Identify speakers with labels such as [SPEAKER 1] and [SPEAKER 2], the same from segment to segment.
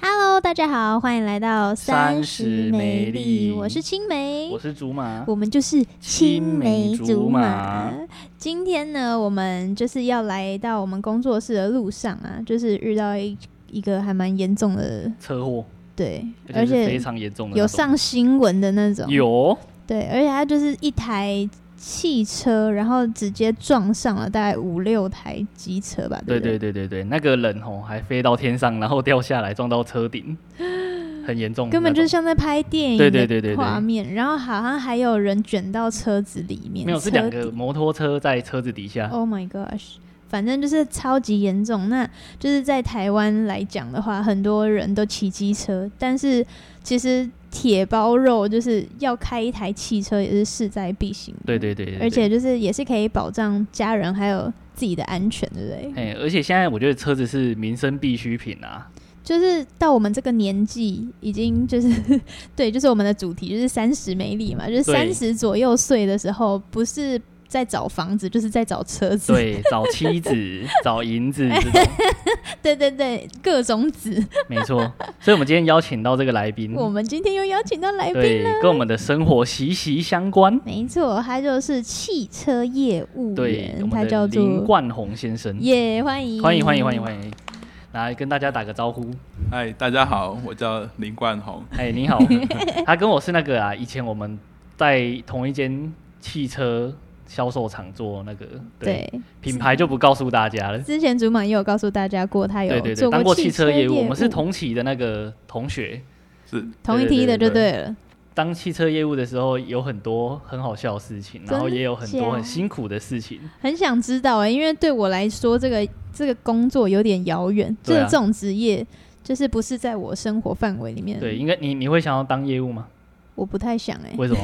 [SPEAKER 1] Hello，大家好，欢迎来到
[SPEAKER 2] 三
[SPEAKER 1] 十
[SPEAKER 2] 十
[SPEAKER 1] 美
[SPEAKER 2] 美丽
[SPEAKER 1] 我是青梅，
[SPEAKER 2] 我是竹马，
[SPEAKER 1] 哎我们就是青梅竹马
[SPEAKER 2] 青梅。
[SPEAKER 1] 今天呢，我们就是要来到我们工作室的路上啊，就是遇到一一个还蛮严重的，
[SPEAKER 2] 车祸，
[SPEAKER 1] 对，而
[SPEAKER 2] 而且是
[SPEAKER 1] 且
[SPEAKER 2] 非常严重的那
[SPEAKER 1] 有
[SPEAKER 2] 种
[SPEAKER 1] 上新闻的那种，
[SPEAKER 2] 有哦
[SPEAKER 1] 对，而且它就是一台汽车，然后直接撞上了大概五六台机车吧，
[SPEAKER 2] 对
[SPEAKER 1] 不对
[SPEAKER 2] 对对对对，那个人哦还飞到天上，然后掉下来撞到 车顶，很严重的那种，
[SPEAKER 1] 根本就是像在拍电影
[SPEAKER 2] 对对对对
[SPEAKER 1] 的
[SPEAKER 2] 对
[SPEAKER 1] 画面，然后好像还有人卷到车子里面，
[SPEAKER 2] 没有是
[SPEAKER 1] 车
[SPEAKER 2] 两个摩托车在车子底下，
[SPEAKER 1] Oh my gosh！反正就是超级严重。那就是在台湾来讲的话，很多人都骑机车，但是其实铁包肉就是要开一台汽车也是势在必行的。
[SPEAKER 2] 对对对对，
[SPEAKER 1] 而且就是也是可以保障家人还有自己的安全，对不对？
[SPEAKER 2] 哎，而且现在我觉得车子是民生必需品 啊，
[SPEAKER 1] 就是到我们这个年纪，已
[SPEAKER 2] 嗯
[SPEAKER 1] 经就是 对，就是我们的主题就是三十美里嘛，就是
[SPEAKER 2] 对
[SPEAKER 1] 三十左右岁的时候，不是在找房子，就是在找车子。
[SPEAKER 2] 对，找妻子、找银子
[SPEAKER 1] 哎
[SPEAKER 2] 这种，
[SPEAKER 1] 对对对，各种子。
[SPEAKER 2] 没错。所以我们今天邀请到这个来宾，
[SPEAKER 1] 我们今天又邀请到来宾，
[SPEAKER 2] 嗯对，跟我们的生活息息相关。
[SPEAKER 1] 没错，他就是汽车业务
[SPEAKER 2] 对，我
[SPEAKER 1] 员，他
[SPEAKER 2] 们的
[SPEAKER 1] 叫
[SPEAKER 2] 林
[SPEAKER 1] 做
[SPEAKER 2] 冠宏先生，
[SPEAKER 1] 耶欢迎
[SPEAKER 2] 欢迎欢迎欢迎欢迎，来跟大家打个招呼。
[SPEAKER 3] 嗨，大家好，我叫林冠宏。
[SPEAKER 2] 哎、你好，他跟我是那个啊，以前我们在同一间汽车销售厂做那个，
[SPEAKER 1] 对，
[SPEAKER 2] 品牌就不告诉大家了。
[SPEAKER 1] 之前竹马也有告诉大家过，他
[SPEAKER 2] 对
[SPEAKER 1] 有
[SPEAKER 2] 对
[SPEAKER 1] 做
[SPEAKER 2] 对，当过汽
[SPEAKER 1] 车
[SPEAKER 2] 车业
[SPEAKER 1] 务，
[SPEAKER 2] 务，我们是同期的那个同学。
[SPEAKER 3] 是
[SPEAKER 1] 同一梯的就
[SPEAKER 2] 对对对
[SPEAKER 1] 对了，
[SPEAKER 2] 当汽车业务的时候，有很多很好笑的事情，然后
[SPEAKER 1] 真
[SPEAKER 2] 也有很
[SPEAKER 1] 假
[SPEAKER 2] 多很辛苦的事情。
[SPEAKER 1] 很想知道哎、因为对我来说这个这个工作有点遥远，就
[SPEAKER 2] 对
[SPEAKER 1] 是
[SPEAKER 2] 啊
[SPEAKER 1] 这种职业就是不是在我生活范围里面，
[SPEAKER 2] 对，应该你你会想要当 业务吗？
[SPEAKER 1] 我不太想哎、
[SPEAKER 2] 为什么？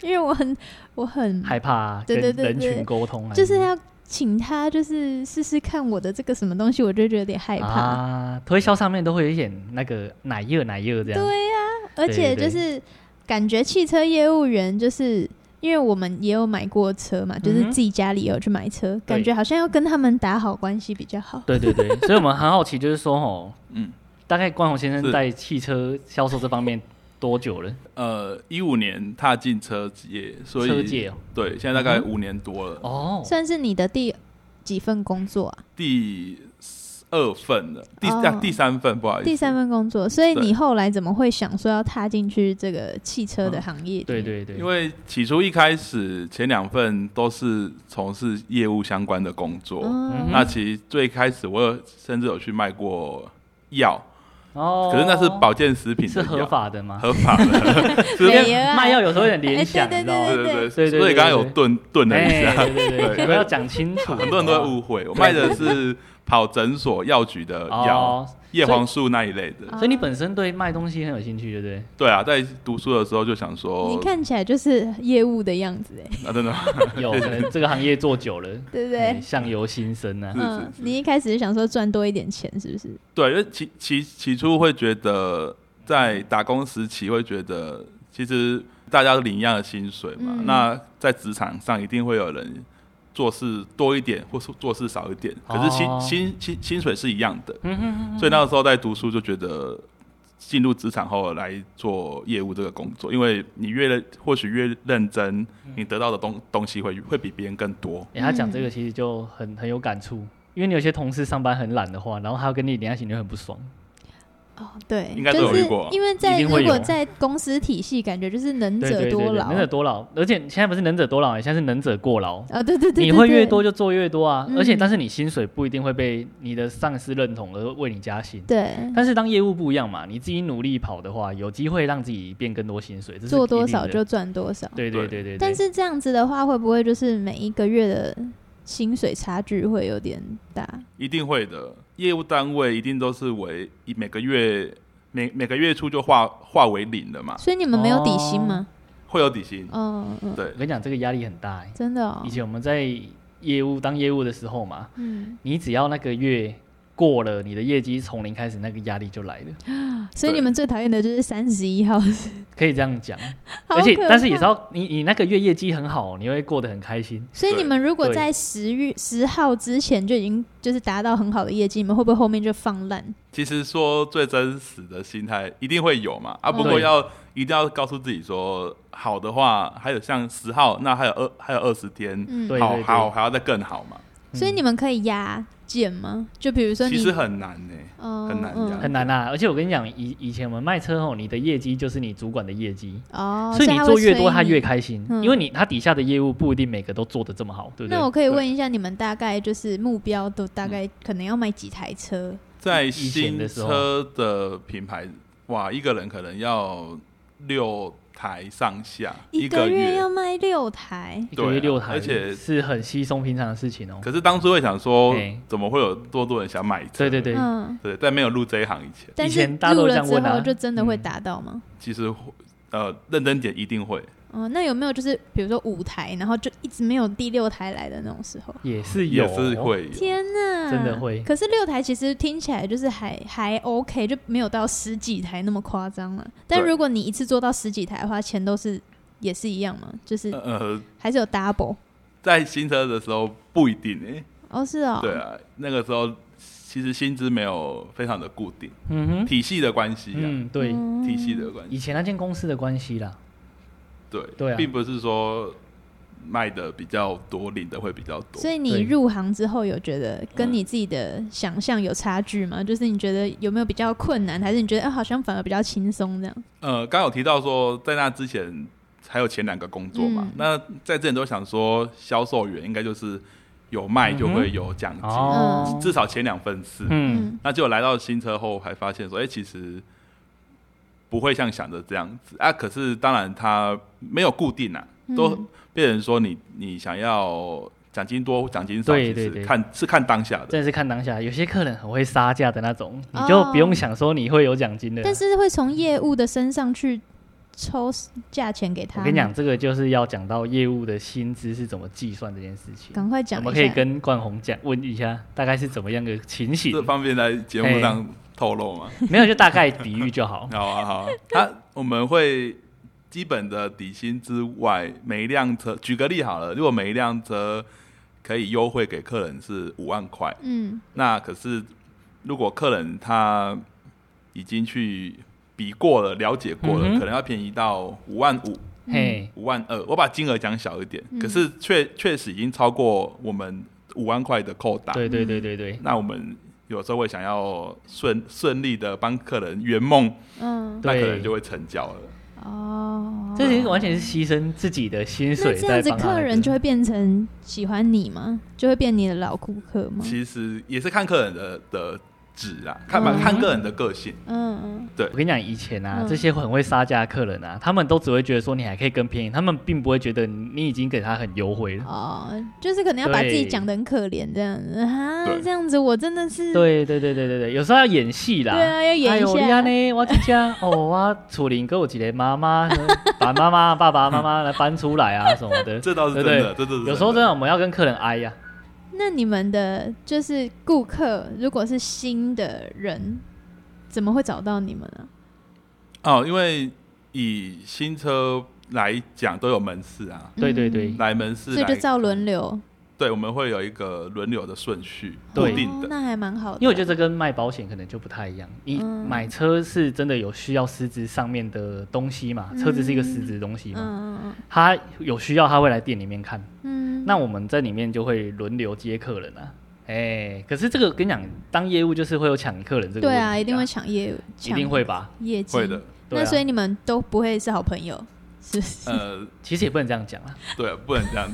[SPEAKER 1] 因为我很我很
[SPEAKER 2] 害怕啊
[SPEAKER 1] 对
[SPEAKER 2] 跟
[SPEAKER 1] 对对
[SPEAKER 2] 人
[SPEAKER 1] 对
[SPEAKER 2] 群沟通啊，
[SPEAKER 1] 就是要请他就是试试看我的这个什么东西，我就觉得有点害怕。
[SPEAKER 2] 啊，推销上面都会有一点那个奶油奶油这样。
[SPEAKER 1] 对呀、而
[SPEAKER 2] 对
[SPEAKER 1] 且
[SPEAKER 2] 对
[SPEAKER 1] 就是感觉汽车业务员就是。因为我们也有买过车嘛，就是
[SPEAKER 2] 嗯哼
[SPEAKER 1] 自己家里有去买车，感觉好像要跟他们打好关系比较好。
[SPEAKER 2] 对对对，所以我们很好奇，就是说哦，
[SPEAKER 3] 嗯，
[SPEAKER 2] 大概关宏先生
[SPEAKER 3] 是
[SPEAKER 2] 在汽车销售这方面多久了？
[SPEAKER 3] 呃，一五年踏进车业，所
[SPEAKER 2] 车
[SPEAKER 3] 以
[SPEAKER 2] 界哦
[SPEAKER 3] 对，现在大概
[SPEAKER 2] 嗯
[SPEAKER 3] 五年多了，
[SPEAKER 2] 哦，
[SPEAKER 1] 算是你的第几份工作啊？
[SPEAKER 3] 第二份了，第
[SPEAKER 1] 哦
[SPEAKER 3] 啊第三份，不好意思，
[SPEAKER 1] 第三份工作，所以
[SPEAKER 3] 对
[SPEAKER 1] 你后来怎么会想说要踏进去这个汽车
[SPEAKER 3] 嗯
[SPEAKER 1] 的行业？
[SPEAKER 2] 对，对对，
[SPEAKER 3] 因为起初一开始前两份都是从事业务相关的工作，
[SPEAKER 1] 嗯
[SPEAKER 2] 嗯，
[SPEAKER 3] 那其实最开始我有甚至有去卖过药，
[SPEAKER 2] 哦，
[SPEAKER 3] 可是那是保健食品
[SPEAKER 2] 是
[SPEAKER 3] 的药，
[SPEAKER 2] 合法的吗？
[SPEAKER 3] 合法的，
[SPEAKER 2] 因
[SPEAKER 1] 对
[SPEAKER 2] 为
[SPEAKER 1] 呀
[SPEAKER 2] 卖药有时候有点联
[SPEAKER 1] 哎
[SPEAKER 2] 想，
[SPEAKER 1] 对对
[SPEAKER 2] 你知道吗？
[SPEAKER 1] 对
[SPEAKER 3] 对对
[SPEAKER 2] 对对
[SPEAKER 3] 所以刚刚有
[SPEAKER 2] 对
[SPEAKER 3] 顿顿了一下，
[SPEAKER 2] 哎，对对
[SPEAKER 3] 对
[SPEAKER 2] 对，要讲清楚，
[SPEAKER 3] 很多人都会误会，我卖的是跑诊所药局的药，
[SPEAKER 2] 哦，
[SPEAKER 3] 叶黄素那一类的。
[SPEAKER 1] 哦
[SPEAKER 2] 所以你本身对卖东西很有兴趣，对不对？
[SPEAKER 3] 对啊，在读书的时候就想说
[SPEAKER 1] 你，看起来就是业务的样子，哎，
[SPEAKER 3] 啊，真的吗，
[SPEAKER 2] 有，可能这个行业做久了，
[SPEAKER 1] 对不
[SPEAKER 2] 哎
[SPEAKER 1] 对？
[SPEAKER 2] 相由心生啊
[SPEAKER 3] 是。
[SPEAKER 1] 嗯，你一开始就想说赚多一点钱，是不是？
[SPEAKER 3] 对，因为起起起初会觉得，在打工时期会觉得，其实大家都领一样的薪水嘛，
[SPEAKER 1] 嗯
[SPEAKER 3] 那在职场上一定会有人做事多一点，或是做事少一点，可是薪、
[SPEAKER 2] 哦
[SPEAKER 3] 薪薪薪水是一样的，
[SPEAKER 2] 嗯哼哼
[SPEAKER 3] 所以那个时候在读书就觉得，进入职场后来做业务这个工作，因为你越认或许越认真，
[SPEAKER 2] 嗯
[SPEAKER 3] 你得到的东东西会会比别人更多。
[SPEAKER 2] 欸、他讲这个其实就很很有感触，因为你有些同事上班很懒的话，然后他要跟你领薪，你会很不爽。
[SPEAKER 1] 哦，对，
[SPEAKER 3] 应该都
[SPEAKER 1] 就
[SPEAKER 3] 有
[SPEAKER 1] 是
[SPEAKER 3] 遇过
[SPEAKER 1] 因为在
[SPEAKER 2] 一定
[SPEAKER 1] 如
[SPEAKER 2] 会
[SPEAKER 1] 果
[SPEAKER 2] 有
[SPEAKER 1] 在公司体系，感觉就是能
[SPEAKER 2] 对对
[SPEAKER 1] 者
[SPEAKER 2] 对对，
[SPEAKER 1] 多劳啊
[SPEAKER 2] 能者多劳，而且现在不是能者多劳，现在是能者过劳。
[SPEAKER 1] 啊，对对对，
[SPEAKER 2] 你
[SPEAKER 1] 对
[SPEAKER 2] 会越
[SPEAKER 1] 对
[SPEAKER 2] 多就做越多啊，
[SPEAKER 1] 嗯
[SPEAKER 2] 而且但是你薪水不一定会被你的上司认同而为你加薪。
[SPEAKER 1] 对，
[SPEAKER 2] 但是当业务不一样嘛，你自己努力跑的话，有机会让自己变更多薪水，这是
[SPEAKER 1] 做多
[SPEAKER 2] 一定
[SPEAKER 1] 少
[SPEAKER 2] 的
[SPEAKER 1] 就赚多少。
[SPEAKER 2] 对对对对。对
[SPEAKER 1] 但是这样子的话，会不会就是每一个月的薪水差距会有点大？
[SPEAKER 3] 一定会的，业务单位一定都是为以每个月每每个月初就化化为零的嘛，
[SPEAKER 1] 所以你们没有底薪吗？
[SPEAKER 3] 会有底薪。
[SPEAKER 2] 哦
[SPEAKER 1] 嗯嗯，
[SPEAKER 3] 对
[SPEAKER 2] 我，跟你讲，这个压力很大、欸。
[SPEAKER 1] 真的哦
[SPEAKER 2] 以，前我们在业务当业务的时候嘛，
[SPEAKER 1] 嗯，
[SPEAKER 2] 你只要那个月过了，你的业绩从零开始，那个压力就来了，
[SPEAKER 1] 所以你们最讨厌的就是三十一号，
[SPEAKER 2] 可以这样讲。
[SPEAKER 1] 好
[SPEAKER 2] 而且
[SPEAKER 1] 可，
[SPEAKER 2] 但是
[SPEAKER 1] 怕
[SPEAKER 2] 也是要你你那个月业绩很好，你会过得很开心。
[SPEAKER 1] 所以你们如果在十月十号之前就已经就是达到很好的业绩，你们会不会后面就放烂？
[SPEAKER 3] 其实说最真实的心态一定会有嘛，啊，不过
[SPEAKER 2] 对
[SPEAKER 3] 要一定要告诉自己说，好的话还有像十号，那还有二还有二十天，
[SPEAKER 1] 嗯，
[SPEAKER 2] 对
[SPEAKER 3] 好好还要再更好嘛，
[SPEAKER 1] 所以你们可以压减吗？就比如说你
[SPEAKER 3] 其实很难呢、
[SPEAKER 1] 哦
[SPEAKER 3] 很难压
[SPEAKER 2] 很难啊。而且我跟你讲，以以前我们卖车后，你的业绩就是你主管的业绩，
[SPEAKER 1] 哦，
[SPEAKER 2] 所以你
[SPEAKER 1] 他会
[SPEAKER 2] 做越多，
[SPEAKER 1] 催
[SPEAKER 2] 他
[SPEAKER 1] 你
[SPEAKER 2] 越开心，
[SPEAKER 1] 嗯
[SPEAKER 2] 因为你他底下的业务不一定每个都做得这么好，对不对
[SPEAKER 1] 那？我可以问一下，你们大概就是目标都大概可能要买几台车？
[SPEAKER 3] 在
[SPEAKER 2] 以前
[SPEAKER 3] 新
[SPEAKER 2] 的时候
[SPEAKER 3] 车的品牌，哇，一个人可能要六台上下
[SPEAKER 1] 一
[SPEAKER 3] 个
[SPEAKER 1] 月要卖六台，
[SPEAKER 2] 一个月
[SPEAKER 3] 对啊
[SPEAKER 2] 六台，
[SPEAKER 3] 而且
[SPEAKER 2] 是很稀松平常的事情哦。
[SPEAKER 3] 可是当初会想说
[SPEAKER 2] 嘿，
[SPEAKER 3] 怎么会有多多人想买车？
[SPEAKER 2] 对对对，
[SPEAKER 1] 嗯，
[SPEAKER 3] 对，在没有入这一行以前，
[SPEAKER 1] 但
[SPEAKER 2] 以
[SPEAKER 1] 是
[SPEAKER 2] 前大家
[SPEAKER 1] 入
[SPEAKER 2] 都这
[SPEAKER 1] 了
[SPEAKER 2] 样
[SPEAKER 1] 之
[SPEAKER 2] 问啊
[SPEAKER 1] 后就真的会达到吗？
[SPEAKER 3] 其实会呃认真点一定会。
[SPEAKER 1] 哦，那有没有就是比如说五台，然后就一直没有第六台来的那种时候？
[SPEAKER 2] 也是有
[SPEAKER 3] 也是会有，
[SPEAKER 1] 天呐，
[SPEAKER 2] 真的会
[SPEAKER 1] 可是六台其实听起来就是还还 OK，就没有到十几台那么夸张了。但
[SPEAKER 3] 对
[SPEAKER 1] 如果你一次做到十几台的话，钱都是也是一样嘛，就是
[SPEAKER 3] 呃，
[SPEAKER 1] 还是有 double。
[SPEAKER 3] 在新车的时候不一定诶、
[SPEAKER 1] 哦，是哦，
[SPEAKER 3] 对啊，那个时候其实薪资没有非常的固定，
[SPEAKER 2] 嗯哼，
[SPEAKER 3] 体系的关系啊，
[SPEAKER 2] 嗯对，
[SPEAKER 1] 嗯
[SPEAKER 3] 体系的关系，
[SPEAKER 2] 以前那间公司的关系啦，
[SPEAKER 3] 对
[SPEAKER 2] 对啊
[SPEAKER 3] 并不是说卖的比较多，领的会比较多
[SPEAKER 1] 所。以你
[SPEAKER 2] 对嗯
[SPEAKER 1] 入行之后有觉得跟你自己的想象有差距吗？就是你觉得有没有比较困难，还是你觉得啊好像反而比较轻松这样？
[SPEAKER 3] 呃，刚有提到说，在那之前还有前两个工作嘛
[SPEAKER 1] 嗯，
[SPEAKER 3] 那在之前都想说，销售员应该就是有卖就会有奖金，
[SPEAKER 2] 哦，
[SPEAKER 3] 至少前两份是。
[SPEAKER 2] 嗯，
[SPEAKER 1] 嗯，
[SPEAKER 3] 那就来到新车后，还发现说，哎、其实不会像想的这样子啊。可是当然它没有固定啊，都
[SPEAKER 1] 嗯
[SPEAKER 3] 变成说你你想要奖金多奖金少，
[SPEAKER 2] 对
[SPEAKER 3] 其实
[SPEAKER 2] 对对
[SPEAKER 3] 看是看当下的。
[SPEAKER 2] 真的是看当下，有些客人很会杀价的那种，
[SPEAKER 1] 哦
[SPEAKER 2] 你就不用想说你会有奖金的。
[SPEAKER 1] 但是会从业务的身上去抽价钱给他。
[SPEAKER 2] 我跟你讲，，这个就是要讲到业务的薪资是怎么计算这件事情。
[SPEAKER 1] 赶快讲
[SPEAKER 2] 我
[SPEAKER 1] 一
[SPEAKER 2] 们
[SPEAKER 1] 下。
[SPEAKER 2] 可以跟冠宏讲问一下，大概是怎么样的情形
[SPEAKER 3] 这？方面在节目上透露吗？。
[SPEAKER 2] 没有，就大概比喻就好
[SPEAKER 3] 好啊，好啊。他我们会基本的底薪之外，每一辆车，举个例好了，如果每一辆车可以优惠给客人是五万块，
[SPEAKER 1] 嗯
[SPEAKER 3] 那可是如果客人他已经去比过了、了解过了，
[SPEAKER 2] 嗯哼
[SPEAKER 3] 可能要便宜到五万五、
[SPEAKER 2] 嘿，
[SPEAKER 3] 五万二。我把金额讲小一点，
[SPEAKER 1] 嗯
[SPEAKER 3] 可是确确实已经超过我们五万块的扣打。
[SPEAKER 2] 对对对对对，
[SPEAKER 1] 嗯
[SPEAKER 3] 那我们有时候会想要顺顺利的帮客人圆梦，
[SPEAKER 1] 嗯
[SPEAKER 3] 那
[SPEAKER 2] 对
[SPEAKER 3] 可能就会成交了。
[SPEAKER 1] 哦，
[SPEAKER 2] 这其实完全是牺牲自己的薪
[SPEAKER 1] 那
[SPEAKER 2] 水
[SPEAKER 1] 这
[SPEAKER 2] 在
[SPEAKER 1] 样子
[SPEAKER 2] 帮他那个。
[SPEAKER 1] 客人就会变成喜欢你吗？就会变你的老顾客吗？
[SPEAKER 3] 其实也是看客人的的值啊，看吧、
[SPEAKER 1] 嗯
[SPEAKER 3] 看个人的个性。
[SPEAKER 1] 嗯嗯，
[SPEAKER 2] 我跟你讲，以前啊，
[SPEAKER 1] 嗯
[SPEAKER 2] 这些很会杀价的客人啊，他们都只会觉得说你还可以更便宜，他们并不会觉得你已经给他很优惠了。
[SPEAKER 1] 哦，就是可能要把自己
[SPEAKER 2] 对
[SPEAKER 1] 讲的很可怜这样子啊，
[SPEAKER 3] 对
[SPEAKER 1] 这样子我真的是
[SPEAKER 2] 对对对对对对，有时候要演戏啦。
[SPEAKER 1] 对啊要演一下
[SPEAKER 2] 哎呦，你安尼，我这家哦，我处理跟我几个妈妈， 把妈妈、爸爸妈妈来搬出来啊什么的。
[SPEAKER 3] 这倒是
[SPEAKER 2] 对
[SPEAKER 3] 真
[SPEAKER 2] 不对
[SPEAKER 3] 的，这这是
[SPEAKER 2] 有时候真
[SPEAKER 3] 真的
[SPEAKER 2] 的我们要跟客人挨啊呀、
[SPEAKER 1] 那你们的就是顾客，如果是新的人，怎么会找到你们啊呢、
[SPEAKER 3] 哦，因为以新车来讲，都有门市啊，
[SPEAKER 2] 对对对
[SPEAKER 1] 嗯
[SPEAKER 3] 来门市
[SPEAKER 1] 所以就
[SPEAKER 3] 来
[SPEAKER 1] 照轮流
[SPEAKER 3] 对，我们会有一个轮流的顺序，固
[SPEAKER 2] 对
[SPEAKER 3] 定
[SPEAKER 1] 哦
[SPEAKER 3] 的。
[SPEAKER 1] 那还蛮好的。
[SPEAKER 2] 因为我觉得这跟卖保险可能就不太一样。你
[SPEAKER 1] 嗯
[SPEAKER 2] 买车是真的有需要实质上面的东西嘛？
[SPEAKER 1] 嗯
[SPEAKER 2] 车子是一个实质的东西嘛？
[SPEAKER 1] 嗯
[SPEAKER 2] 他有需要他会来店里面看，
[SPEAKER 1] 嗯嗯，
[SPEAKER 2] 那我们在里面就会轮流接客人啊。哎、可是这个跟你讲，当业务就是会有抢客人这个问
[SPEAKER 1] 对
[SPEAKER 2] 题、
[SPEAKER 1] 啊，一定会，抢业，
[SPEAKER 2] 一定会吧？
[SPEAKER 1] 抢业绩。
[SPEAKER 3] 会的，
[SPEAKER 2] 对啊
[SPEAKER 1] 那所以你们都不会是好朋友， 是不是？
[SPEAKER 3] 呃，
[SPEAKER 2] 其实也不能这样讲 啊，
[SPEAKER 3] 对，不能这 样。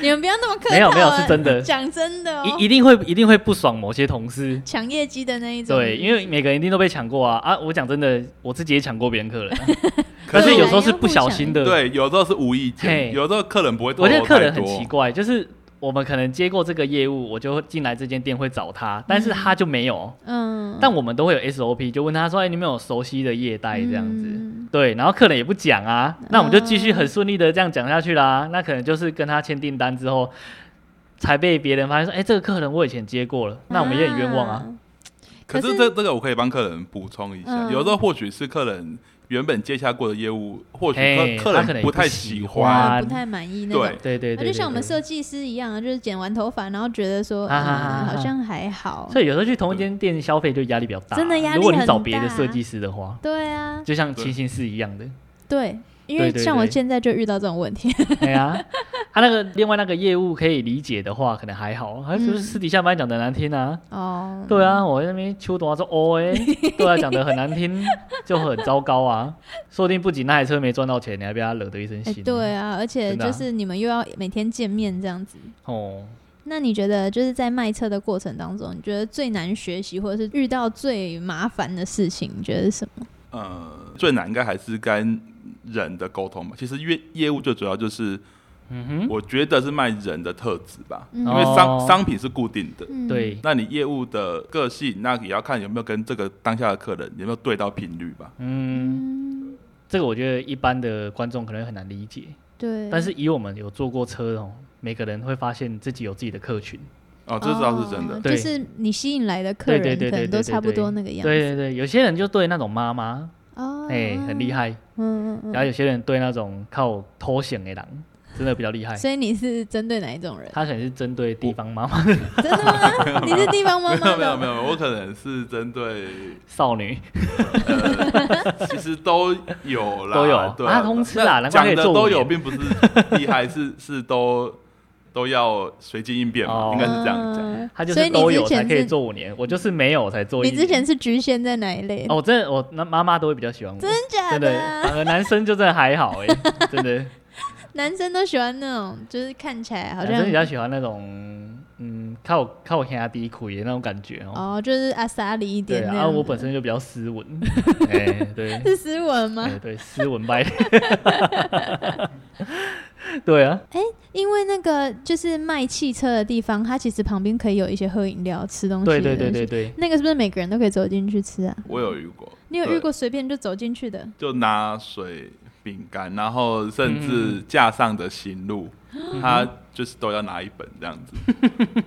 [SPEAKER 1] 你们不要那么客套、
[SPEAKER 2] 没有没有
[SPEAKER 1] 哎
[SPEAKER 2] 是真的
[SPEAKER 1] 讲真的哦
[SPEAKER 2] 一。一定会一定会不爽某些同事。
[SPEAKER 1] 抢业绩的那一种，
[SPEAKER 2] 对，因为每个人一定都被抢过啊啊！我讲真的，我自己也抢过别人客 人啊、可
[SPEAKER 3] 可
[SPEAKER 2] 是
[SPEAKER 3] 是
[SPEAKER 1] 对
[SPEAKER 2] 有
[SPEAKER 3] 有
[SPEAKER 2] 时候是不小心的。，
[SPEAKER 3] 对，有时候是无意间，
[SPEAKER 2] 嘿
[SPEAKER 3] 有时候客人不会透
[SPEAKER 2] 我
[SPEAKER 3] 露
[SPEAKER 2] 觉得
[SPEAKER 3] 太多。
[SPEAKER 2] 客人很奇怪，就是我们可能接过这个业务，我就进来这间店会找他，但是他就没有。
[SPEAKER 1] 嗯，
[SPEAKER 2] 但我们都会有 SOP，就问他说：“哎、你们有熟悉的业代这样子？”
[SPEAKER 1] 嗯
[SPEAKER 2] 对，然后客人也不讲啊，那我们就继续很顺利的这样讲下去啦。那可能就是跟他签订单之后，才被别人发现说，哎、这个客人我以前接过了，那我们也很冤枉啊。
[SPEAKER 1] 可
[SPEAKER 3] 可是
[SPEAKER 1] 是
[SPEAKER 3] 这这个我可以帮客人补充一下，
[SPEAKER 1] 嗯
[SPEAKER 3] 有时候或许是客人原本接下过的业务，或许
[SPEAKER 2] 嘿
[SPEAKER 3] 客
[SPEAKER 2] 他
[SPEAKER 3] 客
[SPEAKER 2] 可能
[SPEAKER 3] 人不
[SPEAKER 2] 也
[SPEAKER 3] 太
[SPEAKER 2] 不
[SPEAKER 3] 喜
[SPEAKER 2] 喜
[SPEAKER 3] 欢
[SPEAKER 2] 欢。
[SPEAKER 1] 啊不太满意那种。
[SPEAKER 2] 对
[SPEAKER 3] 对
[SPEAKER 2] 对对
[SPEAKER 1] 啊就像我们
[SPEAKER 2] 对
[SPEAKER 1] 设计师一样啊，就是剪完头发，然后觉得说，
[SPEAKER 2] 啊啊啊
[SPEAKER 1] 嗯
[SPEAKER 2] 啊啊
[SPEAKER 1] 好像还好。
[SPEAKER 2] 所以有时候去同一间店消费就压力比较大，啊
[SPEAKER 1] 真的压力
[SPEAKER 2] 如果你
[SPEAKER 1] 很
[SPEAKER 2] 找别的
[SPEAKER 1] 大啊
[SPEAKER 2] 设计师的话，
[SPEAKER 1] 对啊，
[SPEAKER 2] 就像清新寺一样的，
[SPEAKER 1] 对，因为
[SPEAKER 2] 对对
[SPEAKER 1] 像我
[SPEAKER 2] 对
[SPEAKER 1] 现在就遇到这种问题。
[SPEAKER 2] 对啊。他那个另外那个业务可以理解的话，可能还好，他
[SPEAKER 1] 嗯
[SPEAKER 2] 就是私底下班讲的难听啊。
[SPEAKER 1] 哦，
[SPEAKER 2] 对啊，我在那边秋朵说哦哎，对啊，讲的很难听，就很糟糕啊。说不定不仅那台车没赚到钱，你还被他惹得一身
[SPEAKER 1] 哎，
[SPEAKER 2] 腥。
[SPEAKER 1] 对啊，而且
[SPEAKER 2] 真的啊
[SPEAKER 1] 就是你们又要每天见面这样子。
[SPEAKER 2] 哦，
[SPEAKER 1] 那你觉得就是在卖车的过程当中，你觉得最难学习或者是遇到最麻烦的事情，你觉得是什么？
[SPEAKER 3] 呃，最难应该还是跟人的沟通吧。其实业业务最主要就是，
[SPEAKER 2] 嗯哼，
[SPEAKER 3] 我觉得是卖人的特质吧，
[SPEAKER 1] 嗯
[SPEAKER 3] 因为商、
[SPEAKER 2] 哦
[SPEAKER 3] 商品是固定的。
[SPEAKER 1] 嗯，
[SPEAKER 2] 对，
[SPEAKER 3] 那你业务的个性，那也要看有没有跟这个当下的客人有没有对到频率吧。
[SPEAKER 2] 嗯，
[SPEAKER 1] 嗯，
[SPEAKER 2] 这个我觉得一般的观众可能很难理解，
[SPEAKER 1] 对。
[SPEAKER 2] 但是以我们有坐过车的哦，每个人会发现自己有自己的客群。
[SPEAKER 3] 哦，这倒是真的。
[SPEAKER 1] 哦
[SPEAKER 2] 对
[SPEAKER 1] 就是你吸引来的客
[SPEAKER 2] 对
[SPEAKER 1] 人
[SPEAKER 2] 对对
[SPEAKER 1] 可能
[SPEAKER 2] 对
[SPEAKER 1] 都
[SPEAKER 2] 对
[SPEAKER 1] 差不
[SPEAKER 2] 对
[SPEAKER 1] 多那个样
[SPEAKER 2] 对
[SPEAKER 1] 子。
[SPEAKER 2] 对对，有些人就对那种妈妈，
[SPEAKER 1] 哦，
[SPEAKER 2] 哎、很厉
[SPEAKER 1] 害。
[SPEAKER 2] 害；
[SPEAKER 1] 嗯嗯
[SPEAKER 2] 然后有些人对那种靠偷闲的狼，真的比较厉害
[SPEAKER 1] 嗯。。所以你是针对哪一 种人？
[SPEAKER 2] 他可能是针对地方妈妈、
[SPEAKER 1] 真的吗？你是地方妈
[SPEAKER 3] 没
[SPEAKER 1] 妈
[SPEAKER 3] 有没有没
[SPEAKER 1] 的？
[SPEAKER 3] 有，我可能是针对，
[SPEAKER 2] 少女，
[SPEAKER 3] 呃，其实都有啦，
[SPEAKER 2] 都有
[SPEAKER 3] 对
[SPEAKER 2] 啊通吃啦
[SPEAKER 3] 那
[SPEAKER 2] 难怪
[SPEAKER 3] 讲
[SPEAKER 2] 可以
[SPEAKER 3] 的
[SPEAKER 2] 做五
[SPEAKER 3] 都有，
[SPEAKER 2] 年
[SPEAKER 3] 并不是厉害，是是都都要随机应变嘛，
[SPEAKER 2] 哦
[SPEAKER 3] 应该是这样讲。
[SPEAKER 1] 嗯
[SPEAKER 2] 他就
[SPEAKER 1] 所
[SPEAKER 2] 是
[SPEAKER 1] 以
[SPEAKER 2] 都
[SPEAKER 1] 你
[SPEAKER 2] 有
[SPEAKER 1] 之
[SPEAKER 2] 才
[SPEAKER 1] 前
[SPEAKER 2] 可以
[SPEAKER 1] 是，
[SPEAKER 2] 做五年，我就是没有才做一
[SPEAKER 1] 你
[SPEAKER 2] 年。
[SPEAKER 1] 之前是局限在哪一类？
[SPEAKER 2] 哦，我真的我那妈妈都会比较喜欢我，
[SPEAKER 1] 真假
[SPEAKER 2] 真
[SPEAKER 1] 的
[SPEAKER 2] 的
[SPEAKER 1] 啊？
[SPEAKER 2] 反而男生就真的还好 哎、真的，
[SPEAKER 1] 男生都喜欢那种，就是看起来好
[SPEAKER 2] 男生比
[SPEAKER 1] 像
[SPEAKER 2] 较喜欢那种嗯靠靠兄弟苦的那种感觉哦。
[SPEAKER 1] 哦，就是阿萨里一
[SPEAKER 2] 对
[SPEAKER 1] 点那
[SPEAKER 2] 啊，
[SPEAKER 1] 样
[SPEAKER 2] 啊
[SPEAKER 1] 的。
[SPEAKER 2] 我本身就比较斯文，哎、对。 哎
[SPEAKER 1] 是斯文吗？
[SPEAKER 2] 对对，斯文败类。 对啊，
[SPEAKER 1] 因为那个就是卖汽车的地方，它其实旁边可以有一些喝饮料、吃东西。
[SPEAKER 2] 对对对对。对，
[SPEAKER 1] 那个是不是每个人都可以走进去吃啊？
[SPEAKER 3] 我有遇过，
[SPEAKER 1] 你有
[SPEAKER 3] 对
[SPEAKER 1] 遇过随便就走进去的？
[SPEAKER 3] 就拿水、饼干，然后
[SPEAKER 2] 嗯
[SPEAKER 3] 甚至架上的行路，
[SPEAKER 1] 嗯
[SPEAKER 3] 他就是都要拿一本这样子。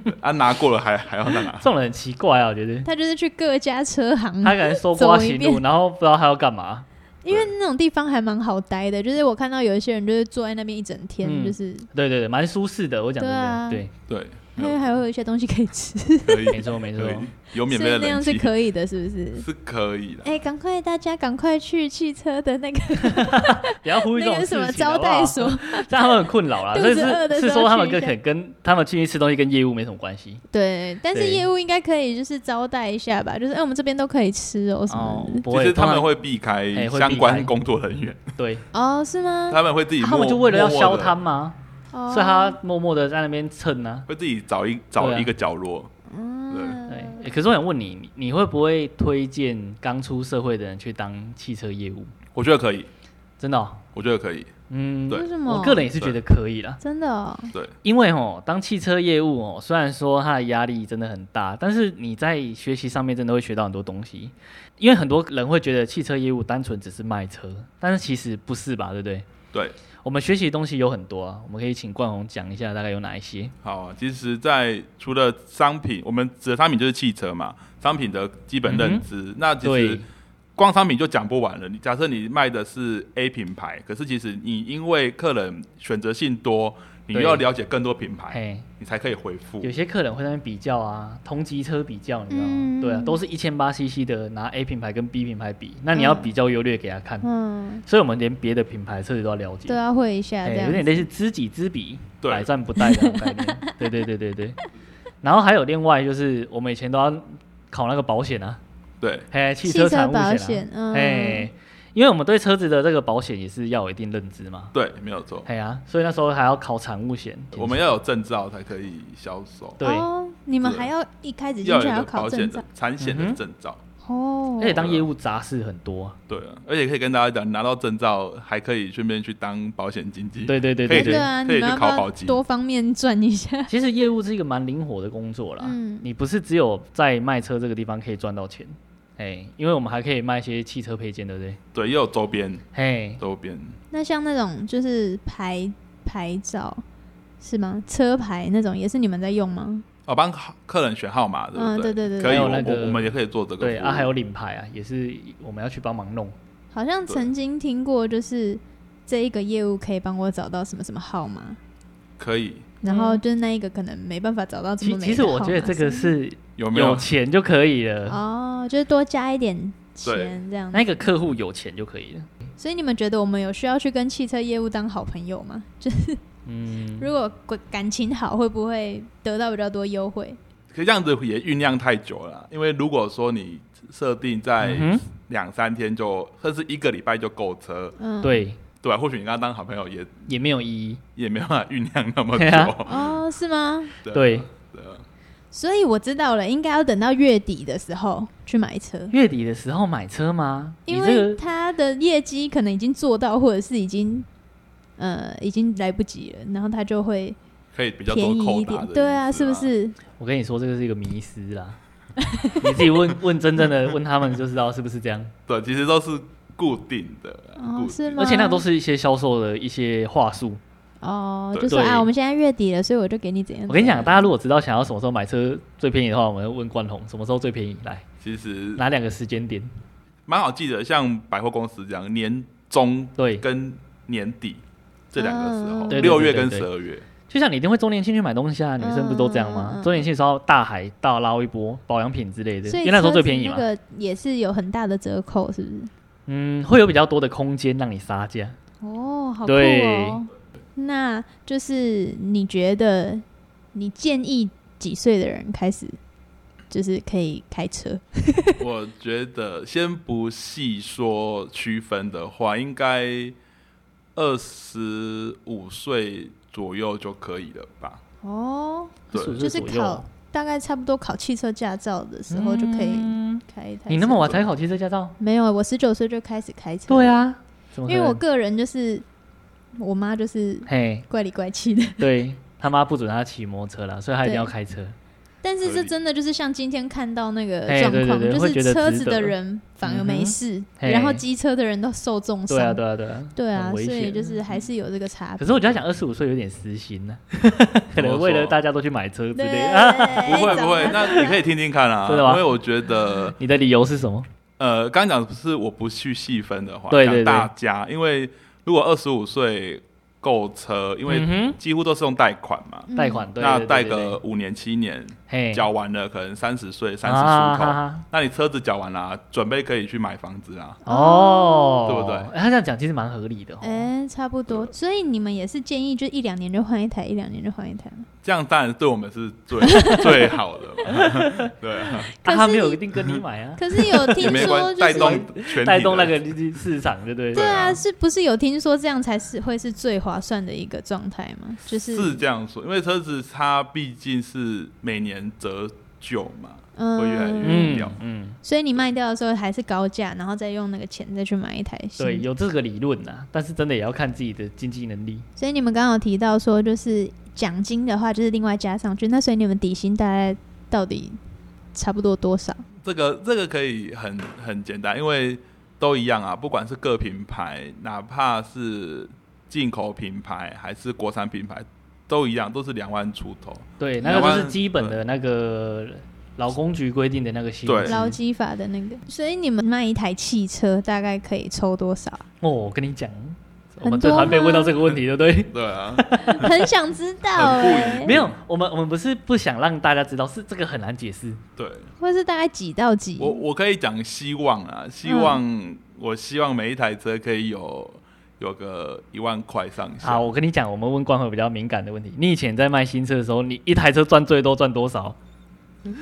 [SPEAKER 3] 对啊，拿过了还还要再拿
[SPEAKER 2] 这。种人很奇怪啊，我觉得
[SPEAKER 1] 他就是去各家车行，
[SPEAKER 2] 他可能搜
[SPEAKER 1] 走
[SPEAKER 2] 刮
[SPEAKER 1] 一
[SPEAKER 2] 行
[SPEAKER 1] 遍
[SPEAKER 2] 路，然后不知道他要干嘛。
[SPEAKER 1] 因为那种地方还蛮好待的。就是我看到有一些人就是坐在那边一整天，
[SPEAKER 2] 嗯
[SPEAKER 1] 就是
[SPEAKER 2] 对对对，蛮舒适的，我讲真
[SPEAKER 1] 对啊
[SPEAKER 2] 的，对，
[SPEAKER 3] 对，
[SPEAKER 1] 因为哎还会有一些东西可以吃，
[SPEAKER 3] 可以，
[SPEAKER 2] 没错没错
[SPEAKER 3] 可以，有免
[SPEAKER 1] 所
[SPEAKER 3] 费
[SPEAKER 1] 以
[SPEAKER 3] 的
[SPEAKER 1] 那样
[SPEAKER 3] 冷
[SPEAKER 1] 是
[SPEAKER 3] 气
[SPEAKER 1] 可以的，是不是？
[SPEAKER 3] 是可以的。
[SPEAKER 1] 哎、赶快大家赶快去汽车的那个
[SPEAKER 2] 不要呼吁这
[SPEAKER 1] 那个
[SPEAKER 2] 种事情
[SPEAKER 1] 什么
[SPEAKER 2] 好
[SPEAKER 1] 招
[SPEAKER 2] 不好
[SPEAKER 1] 待所，
[SPEAKER 2] 这样他们很困扰啦。
[SPEAKER 1] 肚
[SPEAKER 2] 所以
[SPEAKER 1] 子饿的
[SPEAKER 2] 是
[SPEAKER 1] 时
[SPEAKER 2] 是
[SPEAKER 1] 候
[SPEAKER 2] 说他们
[SPEAKER 1] 去一
[SPEAKER 2] 跟
[SPEAKER 1] 下
[SPEAKER 2] 跟跟他们去吃东西跟业务没什么关系
[SPEAKER 1] 对，但是
[SPEAKER 2] 对
[SPEAKER 1] 业务应该可以就是招待一下吧，就是哎、我们这边都可以吃哦什
[SPEAKER 2] 哦
[SPEAKER 1] 么，
[SPEAKER 2] 不
[SPEAKER 3] 其
[SPEAKER 2] 会，
[SPEAKER 3] 实他们
[SPEAKER 2] 通
[SPEAKER 3] 会避开
[SPEAKER 2] 哎会避
[SPEAKER 3] 相关
[SPEAKER 2] 开
[SPEAKER 3] 工作人员，
[SPEAKER 2] 常对，
[SPEAKER 1] 的哦是吗？
[SPEAKER 3] 他们会自己
[SPEAKER 2] 他们
[SPEAKER 3] 默
[SPEAKER 2] 就为了要消，
[SPEAKER 3] 默
[SPEAKER 2] 摊
[SPEAKER 3] 默
[SPEAKER 2] 嘛，
[SPEAKER 1] 哦，
[SPEAKER 2] 所以他默默的在那边蹭啊
[SPEAKER 3] 地。会自己找一找
[SPEAKER 2] 对啊
[SPEAKER 3] 一个角落。
[SPEAKER 1] 嗯
[SPEAKER 2] 对，欸可是我想问你，你你会不会推荐刚出社会的人去当汽车业务？
[SPEAKER 3] 我觉得可以，
[SPEAKER 2] 真的哦，
[SPEAKER 3] 我觉得可以。
[SPEAKER 2] 嗯，
[SPEAKER 3] 对
[SPEAKER 1] 为什么？
[SPEAKER 2] 我个人也是觉得可以啦。
[SPEAKER 1] 真的、哦，
[SPEAKER 2] 因为哦，当汽车业务哦，虽然说它的压力真的很大，但是你在学习上面真的会学到很多东西。因为很多人会觉得汽车业务单纯只是卖车，但是其实不是吧？对不对？
[SPEAKER 3] 对，
[SPEAKER 2] 我们学习的东西有很多啊，我们可以请冠宏讲一下大概有哪一些。
[SPEAKER 3] 好啊，其实，在除了商品，我们指的商品就是汽车嘛，商品的基本认知。那其实
[SPEAKER 2] 嗯对，
[SPEAKER 3] 光商品就讲不完了。你假设你卖的是 A 品牌，可是其实你因为客人选择性多，你又
[SPEAKER 2] 对
[SPEAKER 3] 要了解更多品牌，
[SPEAKER 2] 嘿，
[SPEAKER 3] 你才可以回复
[SPEAKER 2] 有。些客人会在那边比较啊，同级车比较，你知道吗？
[SPEAKER 1] 嗯
[SPEAKER 2] 对啊，都是一千八 CC 的，拿 A 品牌跟 B 品牌比，那你要
[SPEAKER 1] 嗯
[SPEAKER 2] 比较优劣给他看。
[SPEAKER 1] 嗯，
[SPEAKER 2] 所以我们连别的品牌车子都要了解。
[SPEAKER 1] 都要会一下
[SPEAKER 2] 哎
[SPEAKER 1] 啊这，样
[SPEAKER 2] 有点类似知己知彼，
[SPEAKER 3] 对
[SPEAKER 2] 百战不殆的那种概念。对对对对对。然后还有另外就是，我们以前都要考那个保险啊，
[SPEAKER 3] 对，
[SPEAKER 2] 哎，汽
[SPEAKER 1] 汽
[SPEAKER 2] 车
[SPEAKER 1] 车
[SPEAKER 2] 产物
[SPEAKER 1] 保
[SPEAKER 2] 险
[SPEAKER 1] 险，嗯，
[SPEAKER 2] 啊，哎，因为我们对车子的这个保险也是要有一定认知嘛，
[SPEAKER 3] 对，没有错。
[SPEAKER 2] 哎呀，所以那时候还要考产物险。
[SPEAKER 3] 我们要有证照才可以销售，
[SPEAKER 2] 对，
[SPEAKER 1] 哦，你们
[SPEAKER 3] 对
[SPEAKER 1] 还要一开始进
[SPEAKER 3] 要
[SPEAKER 1] 去
[SPEAKER 3] 有
[SPEAKER 1] 还
[SPEAKER 3] 一
[SPEAKER 1] 要
[SPEAKER 3] 个
[SPEAKER 1] 考
[SPEAKER 3] 保
[SPEAKER 1] 证
[SPEAKER 3] 险
[SPEAKER 1] 照
[SPEAKER 3] 的产险
[SPEAKER 2] 嗯
[SPEAKER 3] 的
[SPEAKER 2] 哼
[SPEAKER 3] 证照。
[SPEAKER 1] 哦
[SPEAKER 2] 而，且当业务杂事很多啊。
[SPEAKER 3] 对啊，而且可以跟大家讲，拿到证照还可以顺便去当保险经纪。
[SPEAKER 2] 对对对
[SPEAKER 3] 可以
[SPEAKER 1] 真
[SPEAKER 2] 对
[SPEAKER 3] 去
[SPEAKER 1] 的
[SPEAKER 2] 对。
[SPEAKER 1] 啊，
[SPEAKER 3] 可以
[SPEAKER 1] 你们要
[SPEAKER 3] 去
[SPEAKER 1] 不
[SPEAKER 3] 考
[SPEAKER 1] 要
[SPEAKER 3] 保级
[SPEAKER 1] 多方面转一下？
[SPEAKER 2] 其实业务是一个蛮灵活的工作啦，
[SPEAKER 1] 嗯
[SPEAKER 2] 你不是只有在卖车这个地方可以赚到钱，哎，因为我们还可以卖一些汽车配件，对不对？
[SPEAKER 3] 对，也有周边，
[SPEAKER 2] 嘿，
[SPEAKER 3] 周边
[SPEAKER 1] 那像那种就是牌牌照，是吗？车牌那种也是你们在用吗？
[SPEAKER 3] 哦，帮客人选号码，对
[SPEAKER 1] 嗯，
[SPEAKER 3] 不对？
[SPEAKER 1] 对对对
[SPEAKER 3] 可以，
[SPEAKER 1] 对，
[SPEAKER 2] 还有
[SPEAKER 3] 我
[SPEAKER 2] 那个
[SPEAKER 3] 我我们也可以做这个服务。
[SPEAKER 2] 对啊，还有领牌啊，也是我们要去帮忙弄。
[SPEAKER 1] 好像曾经听过，就是这一个业务可以帮我找到什么什么号码，
[SPEAKER 3] 可以，
[SPEAKER 1] 然后就是那一个可能没办法找到这
[SPEAKER 2] 其
[SPEAKER 1] 么美的
[SPEAKER 2] 其实我
[SPEAKER 1] 号
[SPEAKER 2] 觉得
[SPEAKER 1] 码
[SPEAKER 2] 这个是
[SPEAKER 3] 有没
[SPEAKER 2] 有
[SPEAKER 3] 有？
[SPEAKER 2] 钱就可以了，
[SPEAKER 1] 哦，就是多加一点钱这样。
[SPEAKER 2] 那个客户有钱就可以了。
[SPEAKER 1] 所以你们觉得我们有需要去跟汽车业务当好朋友吗？就是
[SPEAKER 2] 嗯，
[SPEAKER 1] 如果感感情好，会不会得到比较多优惠？
[SPEAKER 3] 可是这样子也酝酿太久了啦，因为如果说你设定在
[SPEAKER 2] 嗯哼
[SPEAKER 3] 两三天就，甚至一个礼拜就购车，
[SPEAKER 1] 嗯，。
[SPEAKER 2] 对，
[SPEAKER 3] 对吧、啊或许你跟他当好朋友也
[SPEAKER 2] 也没有意义。
[SPEAKER 3] 也没办法酝酿那么
[SPEAKER 2] 对 啊
[SPEAKER 3] 久。
[SPEAKER 1] 哦，是吗？
[SPEAKER 2] 对，
[SPEAKER 3] 对啊
[SPEAKER 1] 所以我知道了，应该要等到月底的时候去买车，
[SPEAKER 2] 月底的时候买车吗？你
[SPEAKER 1] 因
[SPEAKER 2] 这
[SPEAKER 1] 为
[SPEAKER 2] 个
[SPEAKER 1] 他的业绩可能已经做到，或者是已经呃已经来不及了，然后他就会
[SPEAKER 3] 可以比较
[SPEAKER 1] 便
[SPEAKER 3] 多
[SPEAKER 1] 宜
[SPEAKER 3] 扣
[SPEAKER 1] 一
[SPEAKER 3] 打
[SPEAKER 1] 点。
[SPEAKER 3] 的，
[SPEAKER 1] 对啊，是不？是？
[SPEAKER 2] 我跟你说，这个是一个迷思啦。 你自己问问真正的问他们就知道是不是这样，
[SPEAKER 3] 对，其实都是固定的，
[SPEAKER 1] 哦
[SPEAKER 3] 固，定
[SPEAKER 1] 是吗？
[SPEAKER 2] 而且那都是一些销售的一些话术。
[SPEAKER 1] 哦，
[SPEAKER 3] 对
[SPEAKER 1] 就说
[SPEAKER 2] 对
[SPEAKER 1] 啊，我们现在月底了，所以我就给你怎样。
[SPEAKER 2] 我跟你讲，大家如果知道想要什么时候买车最便宜的话，我们问冠宏什么时候最便宜，来
[SPEAKER 3] 其实
[SPEAKER 2] 哪两个时间点？
[SPEAKER 3] 蛮好记得，像百货公司这样，年中
[SPEAKER 2] 对，
[SPEAKER 3] 跟年底这两个时
[SPEAKER 1] 嗯
[SPEAKER 3] 候
[SPEAKER 1] 对，对
[SPEAKER 3] 六月
[SPEAKER 2] 对
[SPEAKER 3] 跟
[SPEAKER 2] 对
[SPEAKER 3] 十
[SPEAKER 2] 对
[SPEAKER 3] 二月，
[SPEAKER 2] 就像你一定会周年庆去买东西啊，女生不是都这样吗
[SPEAKER 1] 嗯嗯嗯？嗯
[SPEAKER 2] 周年庆的时候大海大捞一波保养品之类的，
[SPEAKER 1] 所
[SPEAKER 2] 因
[SPEAKER 1] 以
[SPEAKER 2] 为那时候
[SPEAKER 1] 车
[SPEAKER 2] 最
[SPEAKER 1] 子
[SPEAKER 2] 便宜嘛
[SPEAKER 1] 那。个也是有很大的折扣，是不是？
[SPEAKER 2] 嗯，会有比较多的空间让你杀价。
[SPEAKER 1] 哦，好酷
[SPEAKER 2] 对
[SPEAKER 1] 哦！那就是你觉得你建议几岁的人开始，就是可以开车？
[SPEAKER 3] 我觉得先不细说区分的话，应该二十五岁左右就可以了吧？
[SPEAKER 1] 哦，
[SPEAKER 3] 对
[SPEAKER 2] 15岁
[SPEAKER 1] 就是
[SPEAKER 2] 左右啊
[SPEAKER 1] 考大概差不多考汽车驾照的时候就可以
[SPEAKER 2] 嗯
[SPEAKER 1] 开一台车。
[SPEAKER 2] 你那么晚才考汽车驾照？
[SPEAKER 1] 没有，我十九岁就开始开车。
[SPEAKER 2] 对，啊，怎么可能？
[SPEAKER 1] 因为我个人就是我妈就是
[SPEAKER 2] 嘿，
[SPEAKER 1] 怪里怪气的，
[SPEAKER 2] 对他妈不准他骑摩托车啦，所以他一定
[SPEAKER 1] 对
[SPEAKER 2] 要开车。
[SPEAKER 1] 但是
[SPEAKER 3] 合
[SPEAKER 1] 这
[SPEAKER 3] 理
[SPEAKER 1] 真的就是像今天看到那个
[SPEAKER 2] 哎
[SPEAKER 1] 状
[SPEAKER 2] 对对
[SPEAKER 1] 况，
[SPEAKER 2] 对会
[SPEAKER 1] 就
[SPEAKER 2] 觉
[SPEAKER 1] 是
[SPEAKER 2] 得
[SPEAKER 1] 车
[SPEAKER 2] 值
[SPEAKER 1] 子
[SPEAKER 2] 得
[SPEAKER 1] 的人反而
[SPEAKER 2] 嗯
[SPEAKER 1] 没
[SPEAKER 2] 哼
[SPEAKER 1] 事，
[SPEAKER 2] 嘿
[SPEAKER 1] 然后机车的人都受重伤。
[SPEAKER 2] 对啊，对啊，对啊，
[SPEAKER 1] 对啊，
[SPEAKER 2] 很危
[SPEAKER 1] 所以
[SPEAKER 2] 险。
[SPEAKER 1] 就是还是有这个差
[SPEAKER 2] 可
[SPEAKER 1] 别。
[SPEAKER 2] 是我就在想，二十五岁有点私心呢、 可能
[SPEAKER 3] 怎么
[SPEAKER 2] 为了
[SPEAKER 3] 说
[SPEAKER 2] 大家都去买车之
[SPEAKER 1] 对，
[SPEAKER 2] 类的。啊
[SPEAKER 1] 哎
[SPEAKER 3] 不会不会，那你可以听听看啊，
[SPEAKER 2] 真的吗
[SPEAKER 3] 因为我觉得，
[SPEAKER 2] 你的理由是什么？
[SPEAKER 3] 呃，刚刚讲的是我不去细分的话，
[SPEAKER 2] 对
[SPEAKER 3] 讲
[SPEAKER 2] 对对
[SPEAKER 3] 大家，因为如果二十五岁购车，因为
[SPEAKER 2] 嗯
[SPEAKER 3] 几乎都是用贷款嘛，
[SPEAKER 1] 嗯
[SPEAKER 2] 哼，贷款，对
[SPEAKER 3] 那
[SPEAKER 2] 对对
[SPEAKER 3] 贷
[SPEAKER 2] 对对
[SPEAKER 3] 个五年七年，
[SPEAKER 2] 嘿，
[SPEAKER 3] 缴完了可能三十岁三十
[SPEAKER 2] 啊
[SPEAKER 3] 出
[SPEAKER 2] 哈
[SPEAKER 3] 头，
[SPEAKER 2] 哈
[SPEAKER 3] 那你车子缴完了，啊准备可以去买房子啊。
[SPEAKER 2] 哦，
[SPEAKER 3] 对不对
[SPEAKER 2] 哎他这样讲其实蛮合理的、哦。
[SPEAKER 1] 哎，差不多。所以你们也是建议，就一两年就换一台，一两年就换一 台吗。
[SPEAKER 3] 这样当然对我们是 最最好的嘛， 对啊，
[SPEAKER 1] 可
[SPEAKER 2] 啊
[SPEAKER 1] 是
[SPEAKER 2] 他没有
[SPEAKER 1] 你
[SPEAKER 2] 一定跟你买
[SPEAKER 3] 嗯
[SPEAKER 2] 啊，
[SPEAKER 1] 可是有
[SPEAKER 3] 也
[SPEAKER 1] 听
[SPEAKER 3] 没
[SPEAKER 1] 说
[SPEAKER 3] 关
[SPEAKER 1] 就
[SPEAKER 3] 带动
[SPEAKER 1] 是。
[SPEAKER 3] 全体的
[SPEAKER 2] 带动那个市场，对不对？
[SPEAKER 1] 嗯对啊，
[SPEAKER 3] 啊
[SPEAKER 1] 是不是有听说这样才是会是最划算的一个状态吗？就是
[SPEAKER 3] 是这样说，因为车子它毕竟是每年折旧嘛，会越来
[SPEAKER 1] 嗯，
[SPEAKER 3] 越
[SPEAKER 2] 嗯
[SPEAKER 3] 掉
[SPEAKER 2] 嗯，
[SPEAKER 1] 所以你卖掉的时候还是高价，然后再用那个钱再去买一台新的
[SPEAKER 2] 对，有这个理论呐，但是真的也要看自己的经济能力。
[SPEAKER 1] 所以你们刚刚有提到说，就是奖金的话，就是另外加上去。那所以你们底薪大概到底差不多多少？
[SPEAKER 3] 这个这个可以很很简单，因为都一样啊，不管是各品牌，哪怕是进口品牌还是国产品牌，都一样，都是两万出头。
[SPEAKER 2] 对，
[SPEAKER 3] 台
[SPEAKER 2] 那个
[SPEAKER 3] 湾
[SPEAKER 2] 就是基本的那个劳工局规定的那个薪
[SPEAKER 3] 对嗯
[SPEAKER 2] 资。
[SPEAKER 1] 劳基法的那个。所以你们卖一台汽车大概可以抽多少？
[SPEAKER 2] 哦，我跟你讲，
[SPEAKER 1] 多啊
[SPEAKER 2] 我们最常被问到这个问题，对不 对？
[SPEAKER 3] 对啊，
[SPEAKER 1] 很想知道
[SPEAKER 3] 很不
[SPEAKER 1] 哎、
[SPEAKER 2] 没有，我们我们不是不想让大家知道，是这个很难解释。
[SPEAKER 3] 对
[SPEAKER 1] 或是大概几到几？
[SPEAKER 3] 我
[SPEAKER 2] 嗯
[SPEAKER 3] 我可以讲希望啊，希望、我希望每一台车可以有有个一万块上下。
[SPEAKER 2] 好，我跟你讲，我们问官会比较敏感的问题。你以前在卖新车的时候，你一台车赚最多赚多少？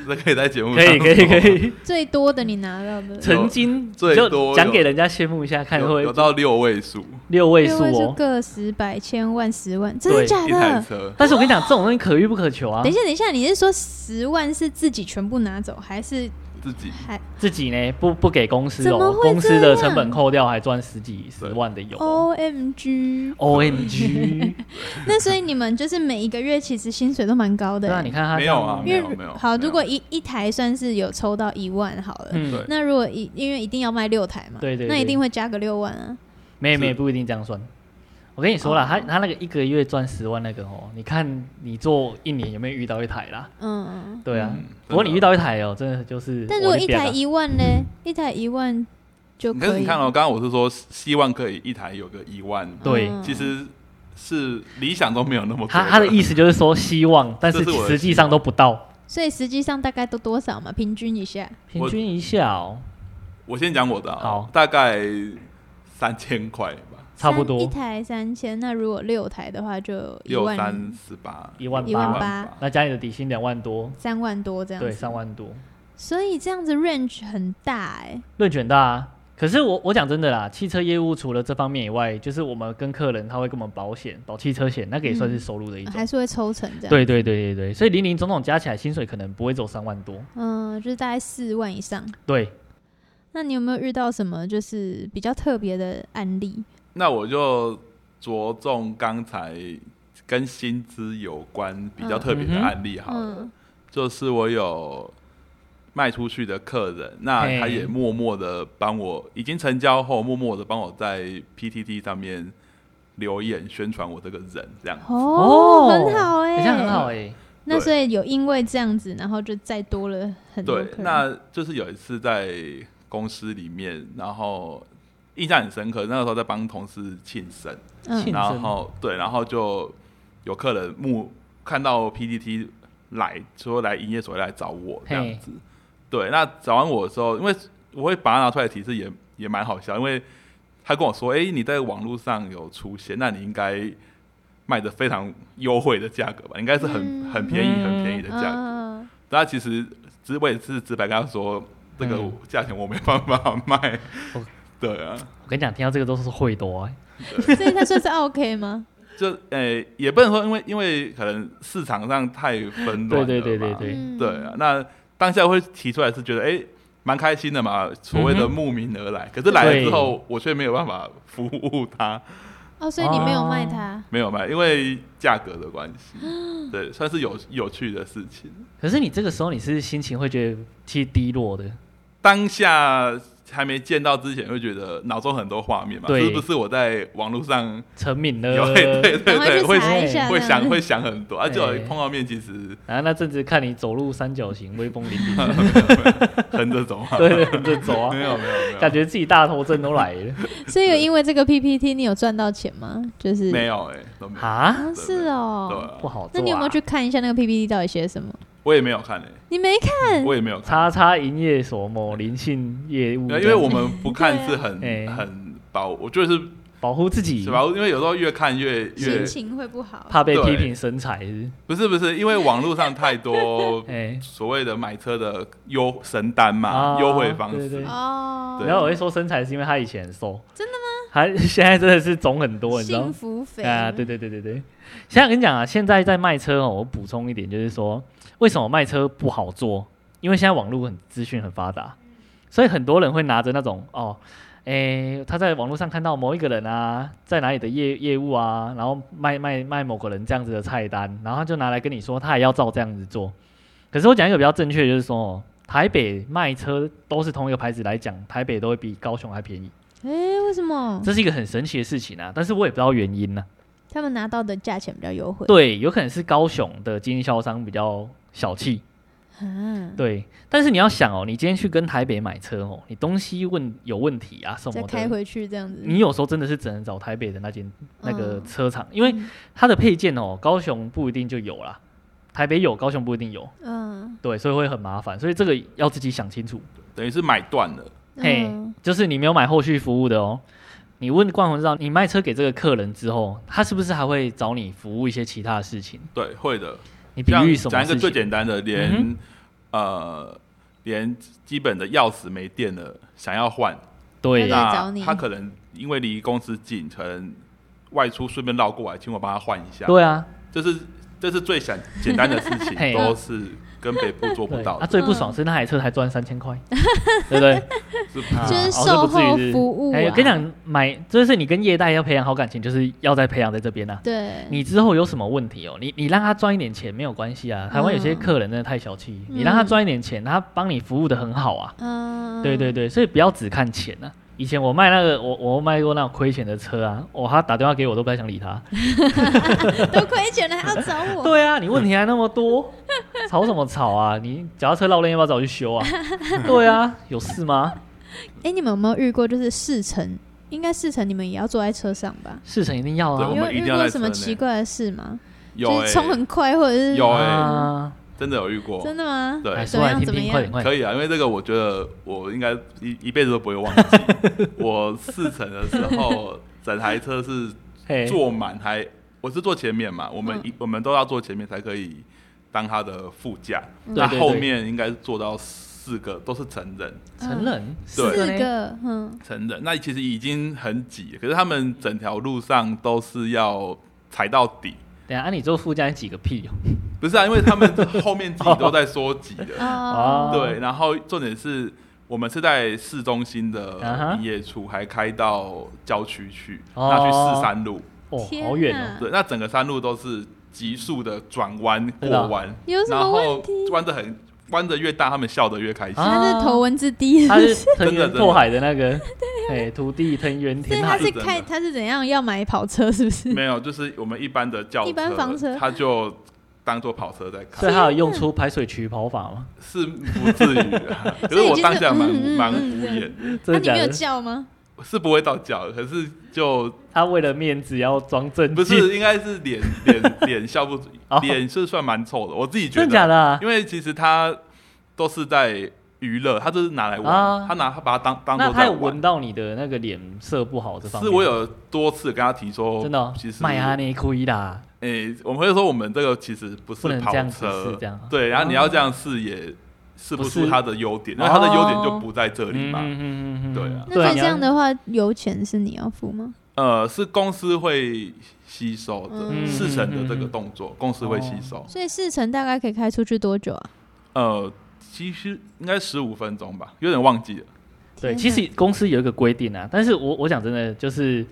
[SPEAKER 3] 这可以在节目
[SPEAKER 2] 可 以，
[SPEAKER 3] 上
[SPEAKER 2] 可以，可以。
[SPEAKER 1] 最多的你拿到的
[SPEAKER 2] 曾经
[SPEAKER 3] 最
[SPEAKER 2] 就
[SPEAKER 3] 多有
[SPEAKER 2] 讲给人家羡慕一下，看
[SPEAKER 3] 有
[SPEAKER 2] 会
[SPEAKER 3] 有到六位数
[SPEAKER 2] 六位
[SPEAKER 1] 六
[SPEAKER 2] 数
[SPEAKER 1] 位数
[SPEAKER 2] 哦。
[SPEAKER 1] 个十百千万十万，真的
[SPEAKER 2] 对
[SPEAKER 1] 假
[SPEAKER 3] 一台
[SPEAKER 1] 的？
[SPEAKER 3] 车，
[SPEAKER 2] 但是我跟你讲，这种东西可遇不可求啊
[SPEAKER 1] 等一。下，等一下，你是说十万是自己全部拿走，还是
[SPEAKER 3] 自己
[SPEAKER 1] 还
[SPEAKER 2] 自己呢不不给公司
[SPEAKER 1] 怎么
[SPEAKER 2] 哦，
[SPEAKER 1] 会
[SPEAKER 2] 公司
[SPEAKER 1] 这
[SPEAKER 2] 的
[SPEAKER 1] 样
[SPEAKER 2] 成本扣掉还赚十几十
[SPEAKER 3] 对
[SPEAKER 2] 万的有哦。
[SPEAKER 1] O M G？
[SPEAKER 2] O M G，
[SPEAKER 1] 那所以你们就是每一个月其实薪水都蛮高的、
[SPEAKER 2] 对
[SPEAKER 1] 欸。
[SPEAKER 2] 啊，你看他
[SPEAKER 3] 没
[SPEAKER 2] 这样
[SPEAKER 3] 有啊
[SPEAKER 1] 因为
[SPEAKER 3] 没有没有
[SPEAKER 1] 好，
[SPEAKER 3] 没有
[SPEAKER 1] 如果一一台算是有抽到一万好了，
[SPEAKER 2] 嗯，
[SPEAKER 3] 对
[SPEAKER 1] 那如果一因为一定要卖六台嘛，
[SPEAKER 2] 对对对
[SPEAKER 1] 那一定会加个六万啊。
[SPEAKER 2] 没
[SPEAKER 3] 是
[SPEAKER 2] 没不一定这样算。我跟你说了，
[SPEAKER 3] 哦
[SPEAKER 2] 他他那个一个月赚十万那个哦，你看你做一年有没有遇到一台啦？
[SPEAKER 1] 嗯，
[SPEAKER 2] 对啊
[SPEAKER 3] 嗯，
[SPEAKER 2] 如果你
[SPEAKER 3] 真的
[SPEAKER 2] 遇到一台哦，真的就是
[SPEAKER 1] 但如果
[SPEAKER 2] 我就
[SPEAKER 1] 一
[SPEAKER 2] 变
[SPEAKER 1] 台
[SPEAKER 2] 了
[SPEAKER 1] 一万呢？一台一万就
[SPEAKER 3] 可是
[SPEAKER 1] 可以。
[SPEAKER 3] 你看哦，刚刚我是说希望可以一台有个一万，
[SPEAKER 2] 对
[SPEAKER 1] 嗯
[SPEAKER 3] 其实是理想中没有那么多。
[SPEAKER 2] 他他的意思就是说希望，但是
[SPEAKER 3] 这是我的
[SPEAKER 2] 实际上都不到，
[SPEAKER 1] 所以实际上大概都多少嘛？平均一下，
[SPEAKER 2] 平
[SPEAKER 3] 我
[SPEAKER 2] 均一下哦，
[SPEAKER 3] 我先讲我的、啊，
[SPEAKER 2] 好
[SPEAKER 3] 大概三千块吧，
[SPEAKER 2] 差不
[SPEAKER 1] 三一
[SPEAKER 2] 多。
[SPEAKER 1] 台三千，那如果六台的话就一
[SPEAKER 3] 六
[SPEAKER 1] 万
[SPEAKER 3] 三十八，
[SPEAKER 2] 一万八
[SPEAKER 3] 八，
[SPEAKER 2] 那家里的底薪两万多，
[SPEAKER 1] 三万多这样
[SPEAKER 2] 对，
[SPEAKER 1] 子。
[SPEAKER 2] 三万多，
[SPEAKER 1] 所以这样子 range 很大哎、
[SPEAKER 2] 论卷大、啊。可是我我讲真的啦，汽车业务除了这方面以外，就是我们跟客人他会给我们保险，保汽车险，那个也算是收入的一
[SPEAKER 1] 嗯
[SPEAKER 2] 种。
[SPEAKER 1] 还是会抽成这样。，
[SPEAKER 2] 对对对对对，所以零零总总加起来薪水可能不会走三万多。
[SPEAKER 1] 嗯，就是大概四万以上。
[SPEAKER 2] 对，
[SPEAKER 1] 那你有没有遇到什么就是比较特别的案例？
[SPEAKER 3] 那我就着重刚才跟薪资有关比较特别的案例好了，
[SPEAKER 1] 嗯，
[SPEAKER 3] 就是我有卖出去的客人，那
[SPEAKER 2] 嘿
[SPEAKER 3] 他也默默的帮我，已经成交后，默默的帮我在 PTT 上面留言宣传我这个人，这样。
[SPEAKER 1] 哦，很好哎、
[SPEAKER 2] 好像很好
[SPEAKER 3] 欸
[SPEAKER 2] 哎、
[SPEAKER 1] 那所以有因为这样子，然后就再多了很多
[SPEAKER 3] 对
[SPEAKER 1] 客，人。
[SPEAKER 3] 那就是有一次在公司里面，然后印象很深刻，那个时候在帮同事庆生，
[SPEAKER 1] 嗯
[SPEAKER 2] 庆
[SPEAKER 3] 然后对，然后就有客人目看到 PPT 来，说来营业所来找我这样子。对，那找完我的时候，因为我会把它拿出来提示也，也蛮好笑，因为他跟我说：“哎、你在网络上有出现，那你应该卖的非常优惠的价格吧？应该是很、
[SPEAKER 1] 嗯
[SPEAKER 3] 很便宜、
[SPEAKER 2] 嗯
[SPEAKER 3] 很便宜的价格。
[SPEAKER 1] 嗯，
[SPEAKER 3] 但他其实只我也是直白跟他说，这个
[SPEAKER 2] 嗯
[SPEAKER 3] 价钱我没办法卖。
[SPEAKER 2] 哦
[SPEAKER 3] 对啊，
[SPEAKER 2] 我跟你讲，听到这个都是会多、欸，
[SPEAKER 1] 所以他算是 OK 吗？
[SPEAKER 3] 就诶、也不能说，因为因为可能市场上太纷乱了
[SPEAKER 2] 对
[SPEAKER 3] 嘛
[SPEAKER 2] 对对对对，
[SPEAKER 1] 嗯
[SPEAKER 3] 对啊。那当下会提出来是觉得诶，蛮、开心的嘛，所谓
[SPEAKER 2] 嗯
[SPEAKER 3] 的慕名而来。可是来了之后，我却没有办法服务他，
[SPEAKER 1] 哦，所以你没有卖
[SPEAKER 2] 哦
[SPEAKER 1] 它，
[SPEAKER 3] 没有卖，因为价格的关系。
[SPEAKER 1] 啊
[SPEAKER 3] 对，算是有有趣的事情。
[SPEAKER 2] 可是你这个时候你是心情会觉得其实低落的，
[SPEAKER 3] 当下还没见到之前，会觉得脑中很多画面嘛，
[SPEAKER 2] 对呃
[SPEAKER 3] 是不是我在网络上
[SPEAKER 2] 成敏了。
[SPEAKER 3] 有、对对
[SPEAKER 1] 赶快
[SPEAKER 3] 哦对，
[SPEAKER 1] 去
[SPEAKER 3] 会
[SPEAKER 1] 查一下。
[SPEAKER 3] 会
[SPEAKER 1] 这样
[SPEAKER 3] 想会想很多，而且
[SPEAKER 2] 对
[SPEAKER 3] 碰到面其实
[SPEAKER 2] 然后啊那阵子看你走路三角形，威风凛 凛，
[SPEAKER 3] 横着走嘛。
[SPEAKER 2] 对对，这走啊
[SPEAKER 3] 没，有没有没有，
[SPEAKER 2] 感觉自己大头症都来 了
[SPEAKER 1] 所以有因为这个 PPT 你有赚到钱吗？就是
[SPEAKER 3] 没有哎、都没有。
[SPEAKER 2] 啊，
[SPEAKER 1] 啊，是
[SPEAKER 3] 对
[SPEAKER 1] 哦。
[SPEAKER 3] 啊
[SPEAKER 2] 不，好做、啊。
[SPEAKER 1] 那你有没有去看一下那个 PPT 到底写什么？
[SPEAKER 3] 我也没有看哎、
[SPEAKER 1] 你没看？
[SPEAKER 3] 我也没有看，
[SPEAKER 2] 叉叉营业所某灵性业务？
[SPEAKER 3] 因为我们不看
[SPEAKER 1] 对
[SPEAKER 3] 是很
[SPEAKER 2] 哎
[SPEAKER 3] 很保，我就是
[SPEAKER 2] 保护自己
[SPEAKER 3] 是，吧？因为有时候越看越越
[SPEAKER 1] 心情会不好。
[SPEAKER 2] 怕被
[SPEAKER 3] 对
[SPEAKER 2] 批评身材是
[SPEAKER 3] 不是不是，因为网络上太多
[SPEAKER 2] 不是。哎、
[SPEAKER 3] 所谓的买车的优神单嘛，
[SPEAKER 2] 啊
[SPEAKER 3] 优惠方
[SPEAKER 2] 对
[SPEAKER 3] 式
[SPEAKER 2] 对。
[SPEAKER 1] 哦，
[SPEAKER 3] 对
[SPEAKER 2] 然后我会说身材是因为他以前很瘦，
[SPEAKER 1] 真的
[SPEAKER 2] 吗？还现在真的是肿很多，你知道
[SPEAKER 1] 幸
[SPEAKER 2] 吗？
[SPEAKER 1] 福肥
[SPEAKER 2] 啊，对对对对对。现在我跟你讲啊，现在在卖车哦，我补充一点，就是说为什么卖车不好做？因为现在网络很资讯很发达，所以很多人会拿着那种哦，诶，他在网络上看到某一个人啊，在哪里的业业务啊，然后卖卖卖某个人这样子的菜单，然后他就拿来跟你说，他也要照这样子做。可是我讲一个比较正确的，就是说哦，台北卖车都是同一个牌子来讲，台北都会比高雄还便宜，
[SPEAKER 1] 哎、为什么
[SPEAKER 2] 这是一个很神奇的事情啊！但是我也不知道原因呢、
[SPEAKER 1] 他们拿到的价钱比较优惠？
[SPEAKER 2] 对，有可能是高雄的经销商比较小气。
[SPEAKER 1] 啊，
[SPEAKER 2] 对，但是你要想哦，你今天去跟台北买车哦，你东西问有问题啊什
[SPEAKER 1] 再
[SPEAKER 2] 么
[SPEAKER 1] 开
[SPEAKER 2] 的，
[SPEAKER 1] 回去这样子。
[SPEAKER 2] 你有时候真的是只能找台北的那间那个
[SPEAKER 1] 嗯
[SPEAKER 2] 车厂，因为它的配件哦，高雄不一定就有啦，台北有，高雄不一定有，
[SPEAKER 1] 嗯，
[SPEAKER 2] 对，所以会很麻烦，所以这个要自己想清楚。
[SPEAKER 3] 等于是买断了，
[SPEAKER 2] 嘿、
[SPEAKER 1] 嗯
[SPEAKER 2] 就是你没有买后续服务的哦。你问冠宏知道，你卖车给这个客人之后，他是不是还会找你服务一些其他的事情？
[SPEAKER 3] 对，会的。
[SPEAKER 2] 你比
[SPEAKER 3] 像
[SPEAKER 2] 喻什么
[SPEAKER 3] 讲一个
[SPEAKER 2] 事
[SPEAKER 3] 最
[SPEAKER 2] 情？
[SPEAKER 3] 简单的，连呃连基本的钥匙没电了，想要换，
[SPEAKER 2] 对，
[SPEAKER 1] 来
[SPEAKER 3] 那
[SPEAKER 1] 找你
[SPEAKER 3] 他可能因为离公司近，可能外出顺便绕过来，请我帮他换一下。，
[SPEAKER 2] 对啊，
[SPEAKER 3] 这是这是最简简单的事 情，
[SPEAKER 2] 嘿
[SPEAKER 3] 都是跟北部做不
[SPEAKER 2] 对，
[SPEAKER 3] 到
[SPEAKER 2] 他
[SPEAKER 3] 的，
[SPEAKER 2] 最不
[SPEAKER 1] 嗯
[SPEAKER 2] 爽是那台车才赚三 千块，对不对？
[SPEAKER 3] 是
[SPEAKER 2] 啊
[SPEAKER 1] 就是
[SPEAKER 2] 哦这
[SPEAKER 1] 售
[SPEAKER 2] 不至于
[SPEAKER 1] 后
[SPEAKER 2] 是
[SPEAKER 1] 服务、啊
[SPEAKER 2] 哎，我跟你，讲，买就是你跟业代要培养好感情，就是要再培养在这边呐。
[SPEAKER 1] 对，
[SPEAKER 2] 你之后有什么问题哦？你你让他赚一点钱没有关系啊。台湾有些
[SPEAKER 1] 嗯
[SPEAKER 2] 客人真的太小气，
[SPEAKER 1] 嗯
[SPEAKER 2] 你让他赚一点钱，他帮你服务的很好啊。
[SPEAKER 1] 嗯，
[SPEAKER 2] 对对对，所以不要只看钱啊。以前我卖那个，我我卖过那种亏钱的车啊，我他打电话给我都不太想理他。
[SPEAKER 1] 都亏钱了还要找我，
[SPEAKER 2] 对啊，你问题还那么多，吵什么吵啊？你脚踏车绕链要不要早去 修啊？对啊，有事吗？
[SPEAKER 1] 哎、你们有没有遇过就是事成？应该事成你们也要坐在车上吧？
[SPEAKER 2] 事成一定要
[SPEAKER 3] 对我
[SPEAKER 2] 啊
[SPEAKER 1] 你
[SPEAKER 3] 们
[SPEAKER 1] 有
[SPEAKER 3] 一定
[SPEAKER 1] 遇
[SPEAKER 3] 要
[SPEAKER 1] 过
[SPEAKER 3] 在
[SPEAKER 1] 什么
[SPEAKER 3] 车内
[SPEAKER 1] 奇怪的事吗？
[SPEAKER 3] 有
[SPEAKER 1] 就
[SPEAKER 3] 欸
[SPEAKER 1] 是冲很快或者是
[SPEAKER 3] 有欸
[SPEAKER 2] 啊！
[SPEAKER 3] 真的有遇过，
[SPEAKER 1] 真的吗？
[SPEAKER 3] 哎对
[SPEAKER 2] 来
[SPEAKER 1] 怎
[SPEAKER 2] 哎说
[SPEAKER 1] 么
[SPEAKER 2] 来
[SPEAKER 1] 样
[SPEAKER 2] 听
[SPEAKER 1] 怎么
[SPEAKER 2] 听，
[SPEAKER 1] 样
[SPEAKER 2] 快点快
[SPEAKER 3] 可
[SPEAKER 2] 点！
[SPEAKER 3] 以啊，因为这个我觉得我应该一一辈子都不会忘记。 我四层的时候，整台车是
[SPEAKER 2] 嘿
[SPEAKER 3] 坐满还，我是坐前面嘛，我
[SPEAKER 1] 嗯
[SPEAKER 3] 们一、我们都要坐前面才可以当他的副驾，
[SPEAKER 1] 嗯
[SPEAKER 3] 那
[SPEAKER 2] 对对对
[SPEAKER 3] 后面应该是坐到四个都是成人，
[SPEAKER 2] 成人
[SPEAKER 1] 四
[SPEAKER 3] 对
[SPEAKER 2] 个呢
[SPEAKER 1] 个，嗯，
[SPEAKER 3] 成人那其实已经很挤了，可是他们整条路上都是要踩到底，
[SPEAKER 2] 等一下，啊，你坐副驾你挤个屁哦！
[SPEAKER 3] 不是啊，因为他们后面自己都在说挤 的，
[SPEAKER 2] 啊
[SPEAKER 1] 哦，
[SPEAKER 3] 对，然后重点是。我们是在市中心
[SPEAKER 2] 啊哈
[SPEAKER 3] 的营业处，还开到郊区去，
[SPEAKER 2] 哦
[SPEAKER 3] 那去四山路。
[SPEAKER 2] 哦，
[SPEAKER 1] 天
[SPEAKER 2] 好远哦！
[SPEAKER 1] 哪
[SPEAKER 3] 对，那整个山路都是急速的转弯、过
[SPEAKER 2] 真的啊
[SPEAKER 3] 弯，
[SPEAKER 1] 有什
[SPEAKER 3] 然
[SPEAKER 1] 么
[SPEAKER 3] 后
[SPEAKER 1] 问题？
[SPEAKER 3] 弯的很，弯的越大，他们笑的越开心。
[SPEAKER 2] 啊
[SPEAKER 1] 他是头文字 D，
[SPEAKER 2] 他
[SPEAKER 1] 是不
[SPEAKER 2] 是
[SPEAKER 1] 是
[SPEAKER 2] 藤
[SPEAKER 3] 真的
[SPEAKER 2] 原
[SPEAKER 3] 真的
[SPEAKER 2] 拓海的 那个，哎，土地藤原
[SPEAKER 1] 啊所以
[SPEAKER 2] 天
[SPEAKER 1] 他
[SPEAKER 2] 海
[SPEAKER 3] 是
[SPEAKER 1] 是
[SPEAKER 3] 真的
[SPEAKER 1] 开他是怎样要买跑车是不是？啊
[SPEAKER 3] 没有，就是我们一般的轿车，
[SPEAKER 1] 一般房车
[SPEAKER 3] 他就当做跑车在
[SPEAKER 2] 所以
[SPEAKER 3] 开，
[SPEAKER 2] 他有用出排水渠跑法吗？
[SPEAKER 3] 是不至于 啊。可
[SPEAKER 1] 所
[SPEAKER 3] 是
[SPEAKER 1] 以已
[SPEAKER 3] 我
[SPEAKER 1] 经
[SPEAKER 3] 当
[SPEAKER 1] 是
[SPEAKER 3] 下蛮
[SPEAKER 1] 嗯嗯
[SPEAKER 3] 蛮
[SPEAKER 1] 嗯
[SPEAKER 3] 无言，
[SPEAKER 2] 真
[SPEAKER 1] 那你
[SPEAKER 2] 的假
[SPEAKER 1] 没有
[SPEAKER 2] 的？
[SPEAKER 1] 叫吗？
[SPEAKER 3] 是不会到脚，可是就
[SPEAKER 2] 他为了面子要装正
[SPEAKER 3] 不
[SPEAKER 2] 经，
[SPEAKER 3] 是，应该是脸脸脸笑不出
[SPEAKER 2] 哦，
[SPEAKER 3] 脸是算蛮臭的，我自己觉
[SPEAKER 2] 真的假
[SPEAKER 3] 得，
[SPEAKER 2] 的啊？
[SPEAKER 3] 因为其实他都是在娱乐，他就是拿来
[SPEAKER 2] 啊
[SPEAKER 3] 玩，他拿他把它当当
[SPEAKER 2] 那
[SPEAKER 3] 做
[SPEAKER 2] 他
[SPEAKER 3] 在
[SPEAKER 2] 有
[SPEAKER 3] 玩
[SPEAKER 2] 闻。到你的那个脸色不好这方
[SPEAKER 3] 是
[SPEAKER 2] 面？
[SPEAKER 3] 我有多次跟他提说，
[SPEAKER 2] 真的哦
[SPEAKER 3] 其实
[SPEAKER 2] 卖他内亏啦，
[SPEAKER 3] 诶、我们会说我们这个其实不
[SPEAKER 2] 不
[SPEAKER 3] 是
[SPEAKER 2] 能
[SPEAKER 3] 跑
[SPEAKER 2] 这样子
[SPEAKER 3] 车，
[SPEAKER 2] 是这样。哦
[SPEAKER 3] 对，然后你要这样试也试不
[SPEAKER 2] 不
[SPEAKER 3] 出
[SPEAKER 2] 是
[SPEAKER 3] 它的优点，
[SPEAKER 2] 哦
[SPEAKER 3] 因为它的优点就不在这里
[SPEAKER 2] 嗯
[SPEAKER 3] 嘛。
[SPEAKER 2] 嗯嗯嗯嗯，
[SPEAKER 3] 对啊
[SPEAKER 1] 那所以
[SPEAKER 2] 你
[SPEAKER 1] 这
[SPEAKER 2] 要
[SPEAKER 1] 样的话，油钱是你要付吗？
[SPEAKER 3] 呃，是公司会吸收的，
[SPEAKER 1] 嗯
[SPEAKER 3] 试乘的这个动作，公司会吸收。
[SPEAKER 1] 所以四成大概可以开出去多久啊？
[SPEAKER 3] 呃，其实应该十五分钟吧，有点忘记了。
[SPEAKER 2] 对，
[SPEAKER 1] 天哪
[SPEAKER 2] 其实公司有一个规定啊，但是我我讲真的，就是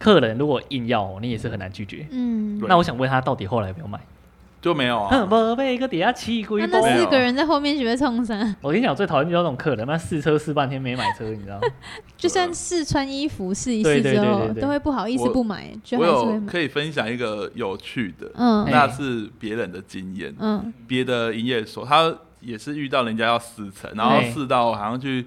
[SPEAKER 2] 客人如果硬要哦，你也是很难拒绝。
[SPEAKER 1] 嗯，
[SPEAKER 3] 对
[SPEAKER 2] 那我想问他到底后来有没有买？
[SPEAKER 3] 就没有
[SPEAKER 2] 哼，
[SPEAKER 3] 啊，
[SPEAKER 2] 宝贝，个底下气
[SPEAKER 1] 那
[SPEAKER 2] 鬼
[SPEAKER 1] 啊那
[SPEAKER 2] 包。
[SPEAKER 1] 四个人在后面岂不是冲上？
[SPEAKER 2] 我跟你讲，我最讨厌遇到那种客人，那试车试半天没买车，你知道吗？
[SPEAKER 1] 就算试穿衣服试一
[SPEAKER 2] 对
[SPEAKER 1] 试
[SPEAKER 2] 对
[SPEAKER 1] 之
[SPEAKER 2] 对
[SPEAKER 1] 后
[SPEAKER 2] 对，对
[SPEAKER 1] 都会不好意思
[SPEAKER 3] 我
[SPEAKER 1] 不买，就
[SPEAKER 3] 我
[SPEAKER 1] 还是会
[SPEAKER 3] 有
[SPEAKER 1] 买。
[SPEAKER 3] 可以分享一个有趣的，
[SPEAKER 1] 嗯
[SPEAKER 3] 那是别人的经验，
[SPEAKER 1] 嗯，
[SPEAKER 3] 别的营业所他也是遇到人家要试乘，然后
[SPEAKER 2] 哎
[SPEAKER 3] 试到好像去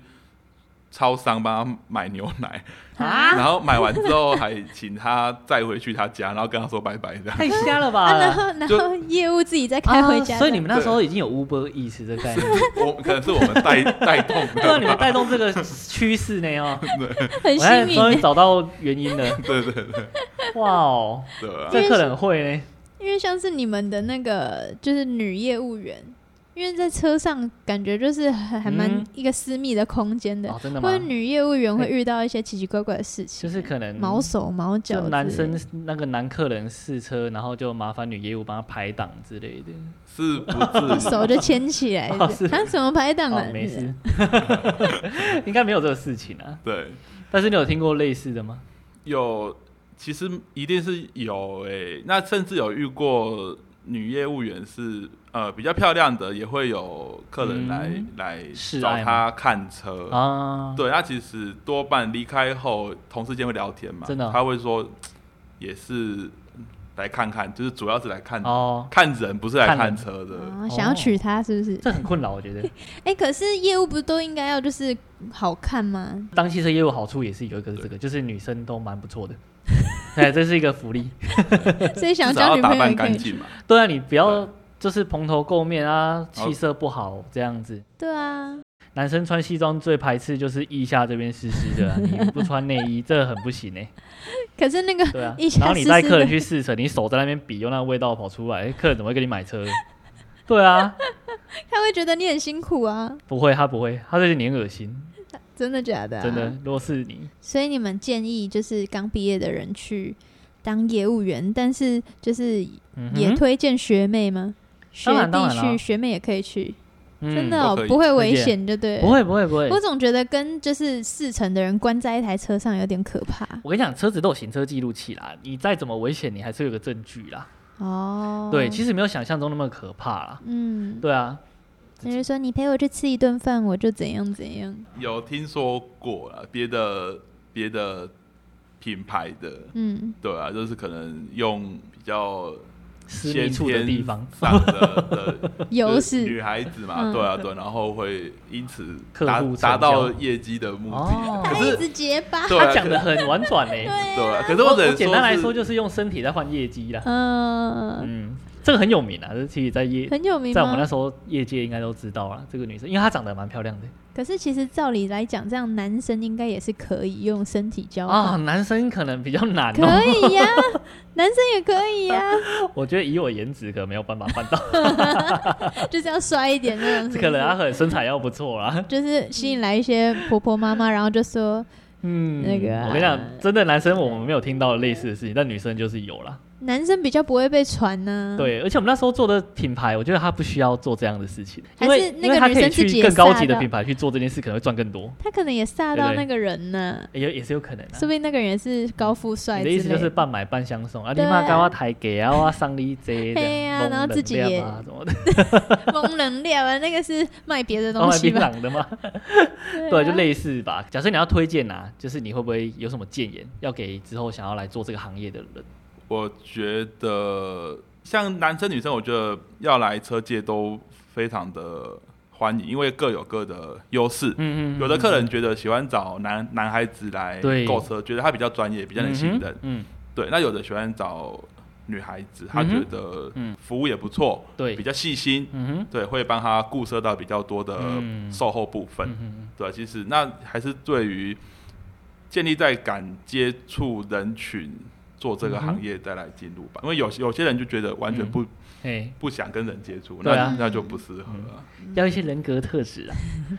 [SPEAKER 3] 超商帮他买牛奶。
[SPEAKER 1] 啊
[SPEAKER 3] 然后买完之后还请他再回去他家，然后跟他说拜拜这样。
[SPEAKER 2] 太瞎了吧！
[SPEAKER 1] 啊，然后然
[SPEAKER 3] 就
[SPEAKER 1] 后业务自己再开回
[SPEAKER 2] 啊
[SPEAKER 1] 家，
[SPEAKER 2] 所以你们那时候已经有 Uber Eats 这个概念，
[SPEAKER 3] 我可能是我们 带带动的，
[SPEAKER 2] 对啊，你们带动这个趋势呢哦。
[SPEAKER 1] 很
[SPEAKER 2] 我现在
[SPEAKER 1] 幸
[SPEAKER 2] 终于
[SPEAKER 1] 运，欸
[SPEAKER 2] 找到原因了，
[SPEAKER 3] 对对对
[SPEAKER 2] 哇哦，
[SPEAKER 3] 对啊，
[SPEAKER 2] 这客人会呢。
[SPEAKER 1] 因为像是你们的那个就是女业务员，因为在车上感觉就是还还蛮
[SPEAKER 2] 嗯
[SPEAKER 1] 一个私密的空间的
[SPEAKER 2] 哦，，真的
[SPEAKER 1] 或
[SPEAKER 2] 吗
[SPEAKER 1] 者？女业务员会遇到一些奇奇怪怪的事情，
[SPEAKER 2] 哎就是可能
[SPEAKER 1] 毛手毛脚之
[SPEAKER 2] 就
[SPEAKER 1] 类的，
[SPEAKER 2] 男生那个男客人试车，然后就麻烦女业务帮他排档之类的。
[SPEAKER 3] 是不 至于。
[SPEAKER 1] 手就牵起来，
[SPEAKER 2] 哦是
[SPEAKER 1] 他怎么排档啊
[SPEAKER 2] 哦，？没事， 应该没有这个事情啊。
[SPEAKER 3] 对，
[SPEAKER 2] 但是你有听过类似的吗？
[SPEAKER 3] 有其实一定是有诶、那甚至有遇过女业务员是呃比较漂亮的，也会有客人来、
[SPEAKER 2] 嗯
[SPEAKER 3] 来
[SPEAKER 2] 示
[SPEAKER 3] 找
[SPEAKER 2] 爱吗
[SPEAKER 3] 她看车。
[SPEAKER 2] 啊，
[SPEAKER 3] 对，那其实多半离开后，同事间会聊天嘛，
[SPEAKER 2] 真的哦
[SPEAKER 3] 他会说也是来看看，就是主要是来看
[SPEAKER 2] 哦，
[SPEAKER 3] 看人不是来
[SPEAKER 2] 看
[SPEAKER 3] 看
[SPEAKER 2] 人
[SPEAKER 3] 车的，
[SPEAKER 1] 啊，想要娶她是不是？
[SPEAKER 2] 这很困扰，我觉得。
[SPEAKER 1] 哎、可是业务不都应该要就是好看 吗？
[SPEAKER 2] 当汽车业务好处也是有一个是这个，就是女生都蛮不错的。 哎，这是一个福利。
[SPEAKER 1] 所以想
[SPEAKER 3] 至少
[SPEAKER 1] 交
[SPEAKER 3] 要
[SPEAKER 1] 女
[SPEAKER 3] 打
[SPEAKER 1] 朋友也
[SPEAKER 3] 扮
[SPEAKER 1] 可
[SPEAKER 3] 干
[SPEAKER 1] 以去。
[SPEAKER 3] 净嘛。
[SPEAKER 2] 对啊，你不要
[SPEAKER 3] 对
[SPEAKER 2] 就是蓬头垢面啊，
[SPEAKER 3] 好
[SPEAKER 2] 气色不好这样子。
[SPEAKER 1] 对啊，
[SPEAKER 2] 男生穿西装最排斥就是腋下这边湿湿的啊、你不穿内衣这很不行哎、
[SPEAKER 1] 可是那个
[SPEAKER 2] 对啊
[SPEAKER 1] 一，下
[SPEAKER 2] 然后你
[SPEAKER 1] 湿
[SPEAKER 2] 带
[SPEAKER 1] 湿
[SPEAKER 2] 客人
[SPEAKER 1] 的
[SPEAKER 2] 去试乘，你手在那边比，用那个味道跑出来，客人怎么会给你买车？ 对啊，
[SPEAKER 1] 他会觉得你很辛苦啊，
[SPEAKER 2] 不会，他不会，他就是你很恶心，
[SPEAKER 1] 真的假的、啊
[SPEAKER 2] 真的。。如果是你，
[SPEAKER 1] 所以你们建议就是刚毕业的人去当业务员，但是就是
[SPEAKER 2] 嗯
[SPEAKER 1] 也
[SPEAKER 2] 哼，
[SPEAKER 1] 推荐学妹吗？学
[SPEAKER 2] 当然当
[SPEAKER 1] 弟
[SPEAKER 2] 然啦
[SPEAKER 1] 去，学妹也可以去，
[SPEAKER 2] 嗯
[SPEAKER 1] 真的、哦
[SPEAKER 3] 都可以
[SPEAKER 1] 不会危
[SPEAKER 2] 推荐
[SPEAKER 1] 险，就对。
[SPEAKER 2] 嗯不。会不会不会
[SPEAKER 1] 我。总觉得跟就是四成的人关在一台车上有点可怕
[SPEAKER 2] 我跟你讲，车子都有行车记录器啦，你再怎么危险，你还是有个证据啦。
[SPEAKER 1] 哦。
[SPEAKER 2] 对，其实没有想象中那么可怕啦。
[SPEAKER 1] 嗯，
[SPEAKER 2] 对啊，
[SPEAKER 1] 那就说你陪我去吃一顿饭，我就怎样怎样。
[SPEAKER 3] 有听说过啦，别的别的品牌的，
[SPEAKER 1] 嗯，
[SPEAKER 3] 对啊，就是可能用比较
[SPEAKER 2] 私密
[SPEAKER 3] 先
[SPEAKER 2] 处的
[SPEAKER 3] 天
[SPEAKER 2] 地方，
[SPEAKER 3] 上的的
[SPEAKER 1] 有
[SPEAKER 3] 就是
[SPEAKER 1] 是
[SPEAKER 3] 女孩子嘛，
[SPEAKER 1] 嗯
[SPEAKER 3] 对啊，对，然后会因此
[SPEAKER 2] 客
[SPEAKER 3] 达
[SPEAKER 2] 户成
[SPEAKER 3] 达到
[SPEAKER 2] 交
[SPEAKER 3] 业绩的目
[SPEAKER 2] 哦
[SPEAKER 3] 的。
[SPEAKER 1] 他
[SPEAKER 3] 可
[SPEAKER 1] 哎一
[SPEAKER 3] 是，
[SPEAKER 1] 直结巴，
[SPEAKER 3] 对
[SPEAKER 2] 他
[SPEAKER 3] 啊，
[SPEAKER 2] 讲的
[SPEAKER 3] 可
[SPEAKER 2] 很婉转嘞、
[SPEAKER 3] 对啊，可是
[SPEAKER 2] 我
[SPEAKER 3] 我只
[SPEAKER 2] 我
[SPEAKER 3] 能
[SPEAKER 2] 简单来
[SPEAKER 3] 是
[SPEAKER 2] 说，就是用身体在换业绩啦。
[SPEAKER 1] 嗯，
[SPEAKER 2] 嗯，这个很有名啊，这其实在业
[SPEAKER 1] 很有名
[SPEAKER 2] 在我们那
[SPEAKER 1] 吗？
[SPEAKER 2] 时候业界应该都知道了。这个女生，因为她长得蛮漂亮的
[SPEAKER 1] 可是其实照理来讲，这样男生应该也是可以用身体交
[SPEAKER 2] 啊，
[SPEAKER 1] 换，
[SPEAKER 2] 男生可能比较难哦、
[SPEAKER 1] 可以呀， 男生也可以 呀，
[SPEAKER 2] 我觉得以我颜值可能没有办法办 到，
[SPEAKER 1] 就是要帅一点那种。
[SPEAKER 2] 这可能她
[SPEAKER 1] 啊，
[SPEAKER 2] 很身材要不错啦。
[SPEAKER 1] 就是吸引来一些婆婆妈妈，然后就说
[SPEAKER 2] 嗯，
[SPEAKER 1] 那个啊
[SPEAKER 2] 我跟你讲，真的男生我们没有听到类似的事情，但女生就是有啦。
[SPEAKER 1] 男生比较不会被传呢。，
[SPEAKER 2] 对，而且我们那时候做的品牌，我觉得他不需要做这样的事情，
[SPEAKER 1] 还
[SPEAKER 2] 因
[SPEAKER 1] 是
[SPEAKER 2] 为
[SPEAKER 1] 那
[SPEAKER 2] 因
[SPEAKER 1] 个
[SPEAKER 2] 为他
[SPEAKER 1] 女
[SPEAKER 2] 可以
[SPEAKER 1] 生自己
[SPEAKER 2] 去
[SPEAKER 1] 也
[SPEAKER 2] 更高
[SPEAKER 1] 吓
[SPEAKER 2] 级的
[SPEAKER 1] 到
[SPEAKER 2] 品牌去做这件事，可能会赚更多，
[SPEAKER 1] 他可能也吓
[SPEAKER 2] 对
[SPEAKER 1] 到
[SPEAKER 2] 对
[SPEAKER 1] 那个人呢，
[SPEAKER 2] 也也是有可能的、啊
[SPEAKER 1] 说不定那个人也是高富帅之
[SPEAKER 2] 你的
[SPEAKER 1] 类
[SPEAKER 2] 意思就是半买半相送啊，你
[SPEAKER 1] 对
[SPEAKER 2] 妈高我台给啊，我上你这这
[SPEAKER 1] 嘿啊
[SPEAKER 2] 样，
[SPEAKER 1] 然后自己
[SPEAKER 2] 弄
[SPEAKER 1] 也
[SPEAKER 2] 冷料啊什么的，
[SPEAKER 1] 蒙能量啊，那个是卖别的
[SPEAKER 2] 然后
[SPEAKER 1] 东
[SPEAKER 2] 还
[SPEAKER 1] 西
[SPEAKER 2] 槟
[SPEAKER 1] 吧？
[SPEAKER 2] 榔的嘛，
[SPEAKER 1] 对
[SPEAKER 2] 哦对，
[SPEAKER 1] 啊
[SPEAKER 2] 就类似吧。假设你要推荐啊，就是你会不会有什么建言要给之后想要来做这个行业的人？
[SPEAKER 3] 我觉得像男生女生，我觉得要来车界都非常的欢迎，因为各有各的优势。
[SPEAKER 2] 嗯
[SPEAKER 3] 有的客人觉得喜欢找男男孩子来
[SPEAKER 2] 对
[SPEAKER 3] 购车，觉得他比较专业，比
[SPEAKER 2] 比
[SPEAKER 3] 较能信任。
[SPEAKER 2] 嗯，
[SPEAKER 3] 对，那有的喜欢找女孩子，他
[SPEAKER 2] 嗯哼
[SPEAKER 3] 觉得
[SPEAKER 2] 嗯
[SPEAKER 3] 服务也不错，
[SPEAKER 2] 对
[SPEAKER 3] 比，较细心，
[SPEAKER 2] 嗯哼，
[SPEAKER 3] 对，会帮他顾涉到比较多的
[SPEAKER 2] 嗯
[SPEAKER 3] 售后部分。
[SPEAKER 2] 嗯哼，
[SPEAKER 3] 对，其实那还是对于建立在敢接触人群做这个
[SPEAKER 2] 嗯哼
[SPEAKER 3] 行业再来进入吧，因为有有些人就觉得完全不、
[SPEAKER 2] 哎，
[SPEAKER 3] 不想跟人接触，
[SPEAKER 2] 对
[SPEAKER 3] 那
[SPEAKER 2] 啊嗯
[SPEAKER 3] 那就不适合啊。
[SPEAKER 2] 要一些人格特质 啊。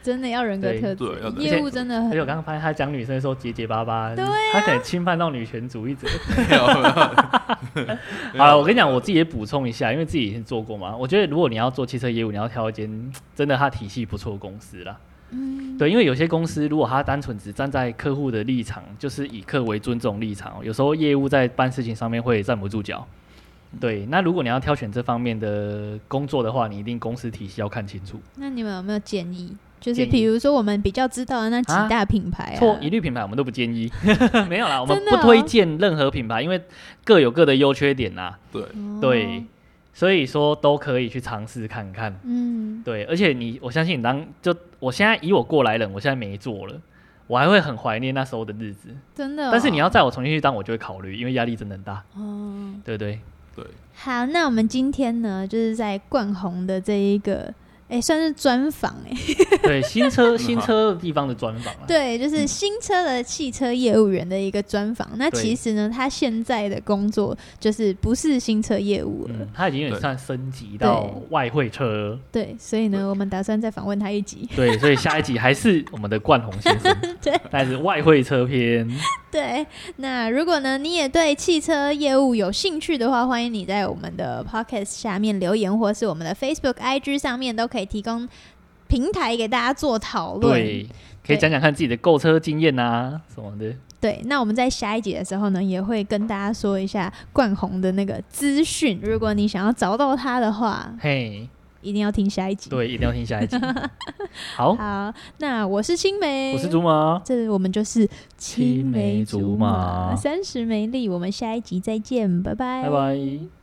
[SPEAKER 1] 真的要人格
[SPEAKER 2] 对
[SPEAKER 1] 特
[SPEAKER 3] 对要
[SPEAKER 1] 质，
[SPEAKER 3] 人
[SPEAKER 1] 业务真的
[SPEAKER 2] 而且我
[SPEAKER 1] 很
[SPEAKER 2] 刚刚发现他讲女生的时候结结巴巴，
[SPEAKER 1] 对
[SPEAKER 2] 他可能侵犯到女权主义者。
[SPEAKER 3] 没有没有
[SPEAKER 2] 好了，我跟你讲，我自己也补充一下，因为自己以前做过嘛。我觉得如果你要做汽车业务，你要挑一间真的它体系不错的公司啦。
[SPEAKER 1] 嗯
[SPEAKER 2] 对，因为有些公司如果它单纯只站在客户的立场，就是以客为尊这种立场哦，有时候业务在办事情上面会站不住脚。
[SPEAKER 1] 嗯
[SPEAKER 2] 对，那如果你要挑选这方面的工作的话，你一定公司体系要看清楚。
[SPEAKER 1] 那你们有没有建议？就是
[SPEAKER 2] 建议
[SPEAKER 1] 比如说我们比较知道的那几大品牌、啊，
[SPEAKER 2] 错，一律品牌我们都不 建议，没有啦，我们
[SPEAKER 1] 真的
[SPEAKER 2] 不
[SPEAKER 1] 哦
[SPEAKER 2] 推荐任何品牌，因为各有各的优缺点呐。
[SPEAKER 3] 对，
[SPEAKER 1] 哦
[SPEAKER 2] 对，，所以说都可以去尝试看看。
[SPEAKER 1] 嗯，
[SPEAKER 2] 对，而且你，我相信你当就我现在以我过来人，我现在没做了，我还会很怀念那时候的日子。
[SPEAKER 1] 真的哦、
[SPEAKER 2] 但是你要带我重新去当，我就会考虑，因为压力真的很大，
[SPEAKER 1] 哦，
[SPEAKER 2] 对不对？
[SPEAKER 1] 好，那我们今天呢，就是在冠宏的这一个。哎、算是专访哎，
[SPEAKER 2] 对，新车新车地方的专访啊，
[SPEAKER 1] 对，就是新车的汽车业务员的一个专访。那
[SPEAKER 2] 对
[SPEAKER 1] 其实呢，他现在的工作就是不是新车业务了，
[SPEAKER 2] 嗯，它已经有点
[SPEAKER 3] 对
[SPEAKER 2] 算升级到
[SPEAKER 1] 对
[SPEAKER 2] 外汇车，
[SPEAKER 1] 对，所以呢，我们打算再访问他一 集。
[SPEAKER 2] 对，所以下一集还是我们的冠宏先生，
[SPEAKER 1] 对，
[SPEAKER 2] 但是外汇车篇，
[SPEAKER 1] 对，那如果呢你也对汽车业务有兴趣的话，欢迎你在我们的 podcast 下面留言，或是我们的 Facebook、IG 上面都可以提供平台给大家做讨论。
[SPEAKER 2] 对，可
[SPEAKER 1] 对
[SPEAKER 2] 以讲讲看自己的购车经验啊什么的，
[SPEAKER 1] 对那我们在下一集的时候呢，也会跟大家说一下冠宏的那个资讯。如果你想要找到他的话，
[SPEAKER 2] 嘿，
[SPEAKER 1] 一定要听下一集。，
[SPEAKER 2] 对，一定要 听下一集。好，
[SPEAKER 1] 好，那我是青梅，
[SPEAKER 2] 我是竹马。
[SPEAKER 1] 这我们就是
[SPEAKER 2] 青梅竹马
[SPEAKER 1] 三十梅丽，我们下一集再见，拜拜，
[SPEAKER 2] 拜拜。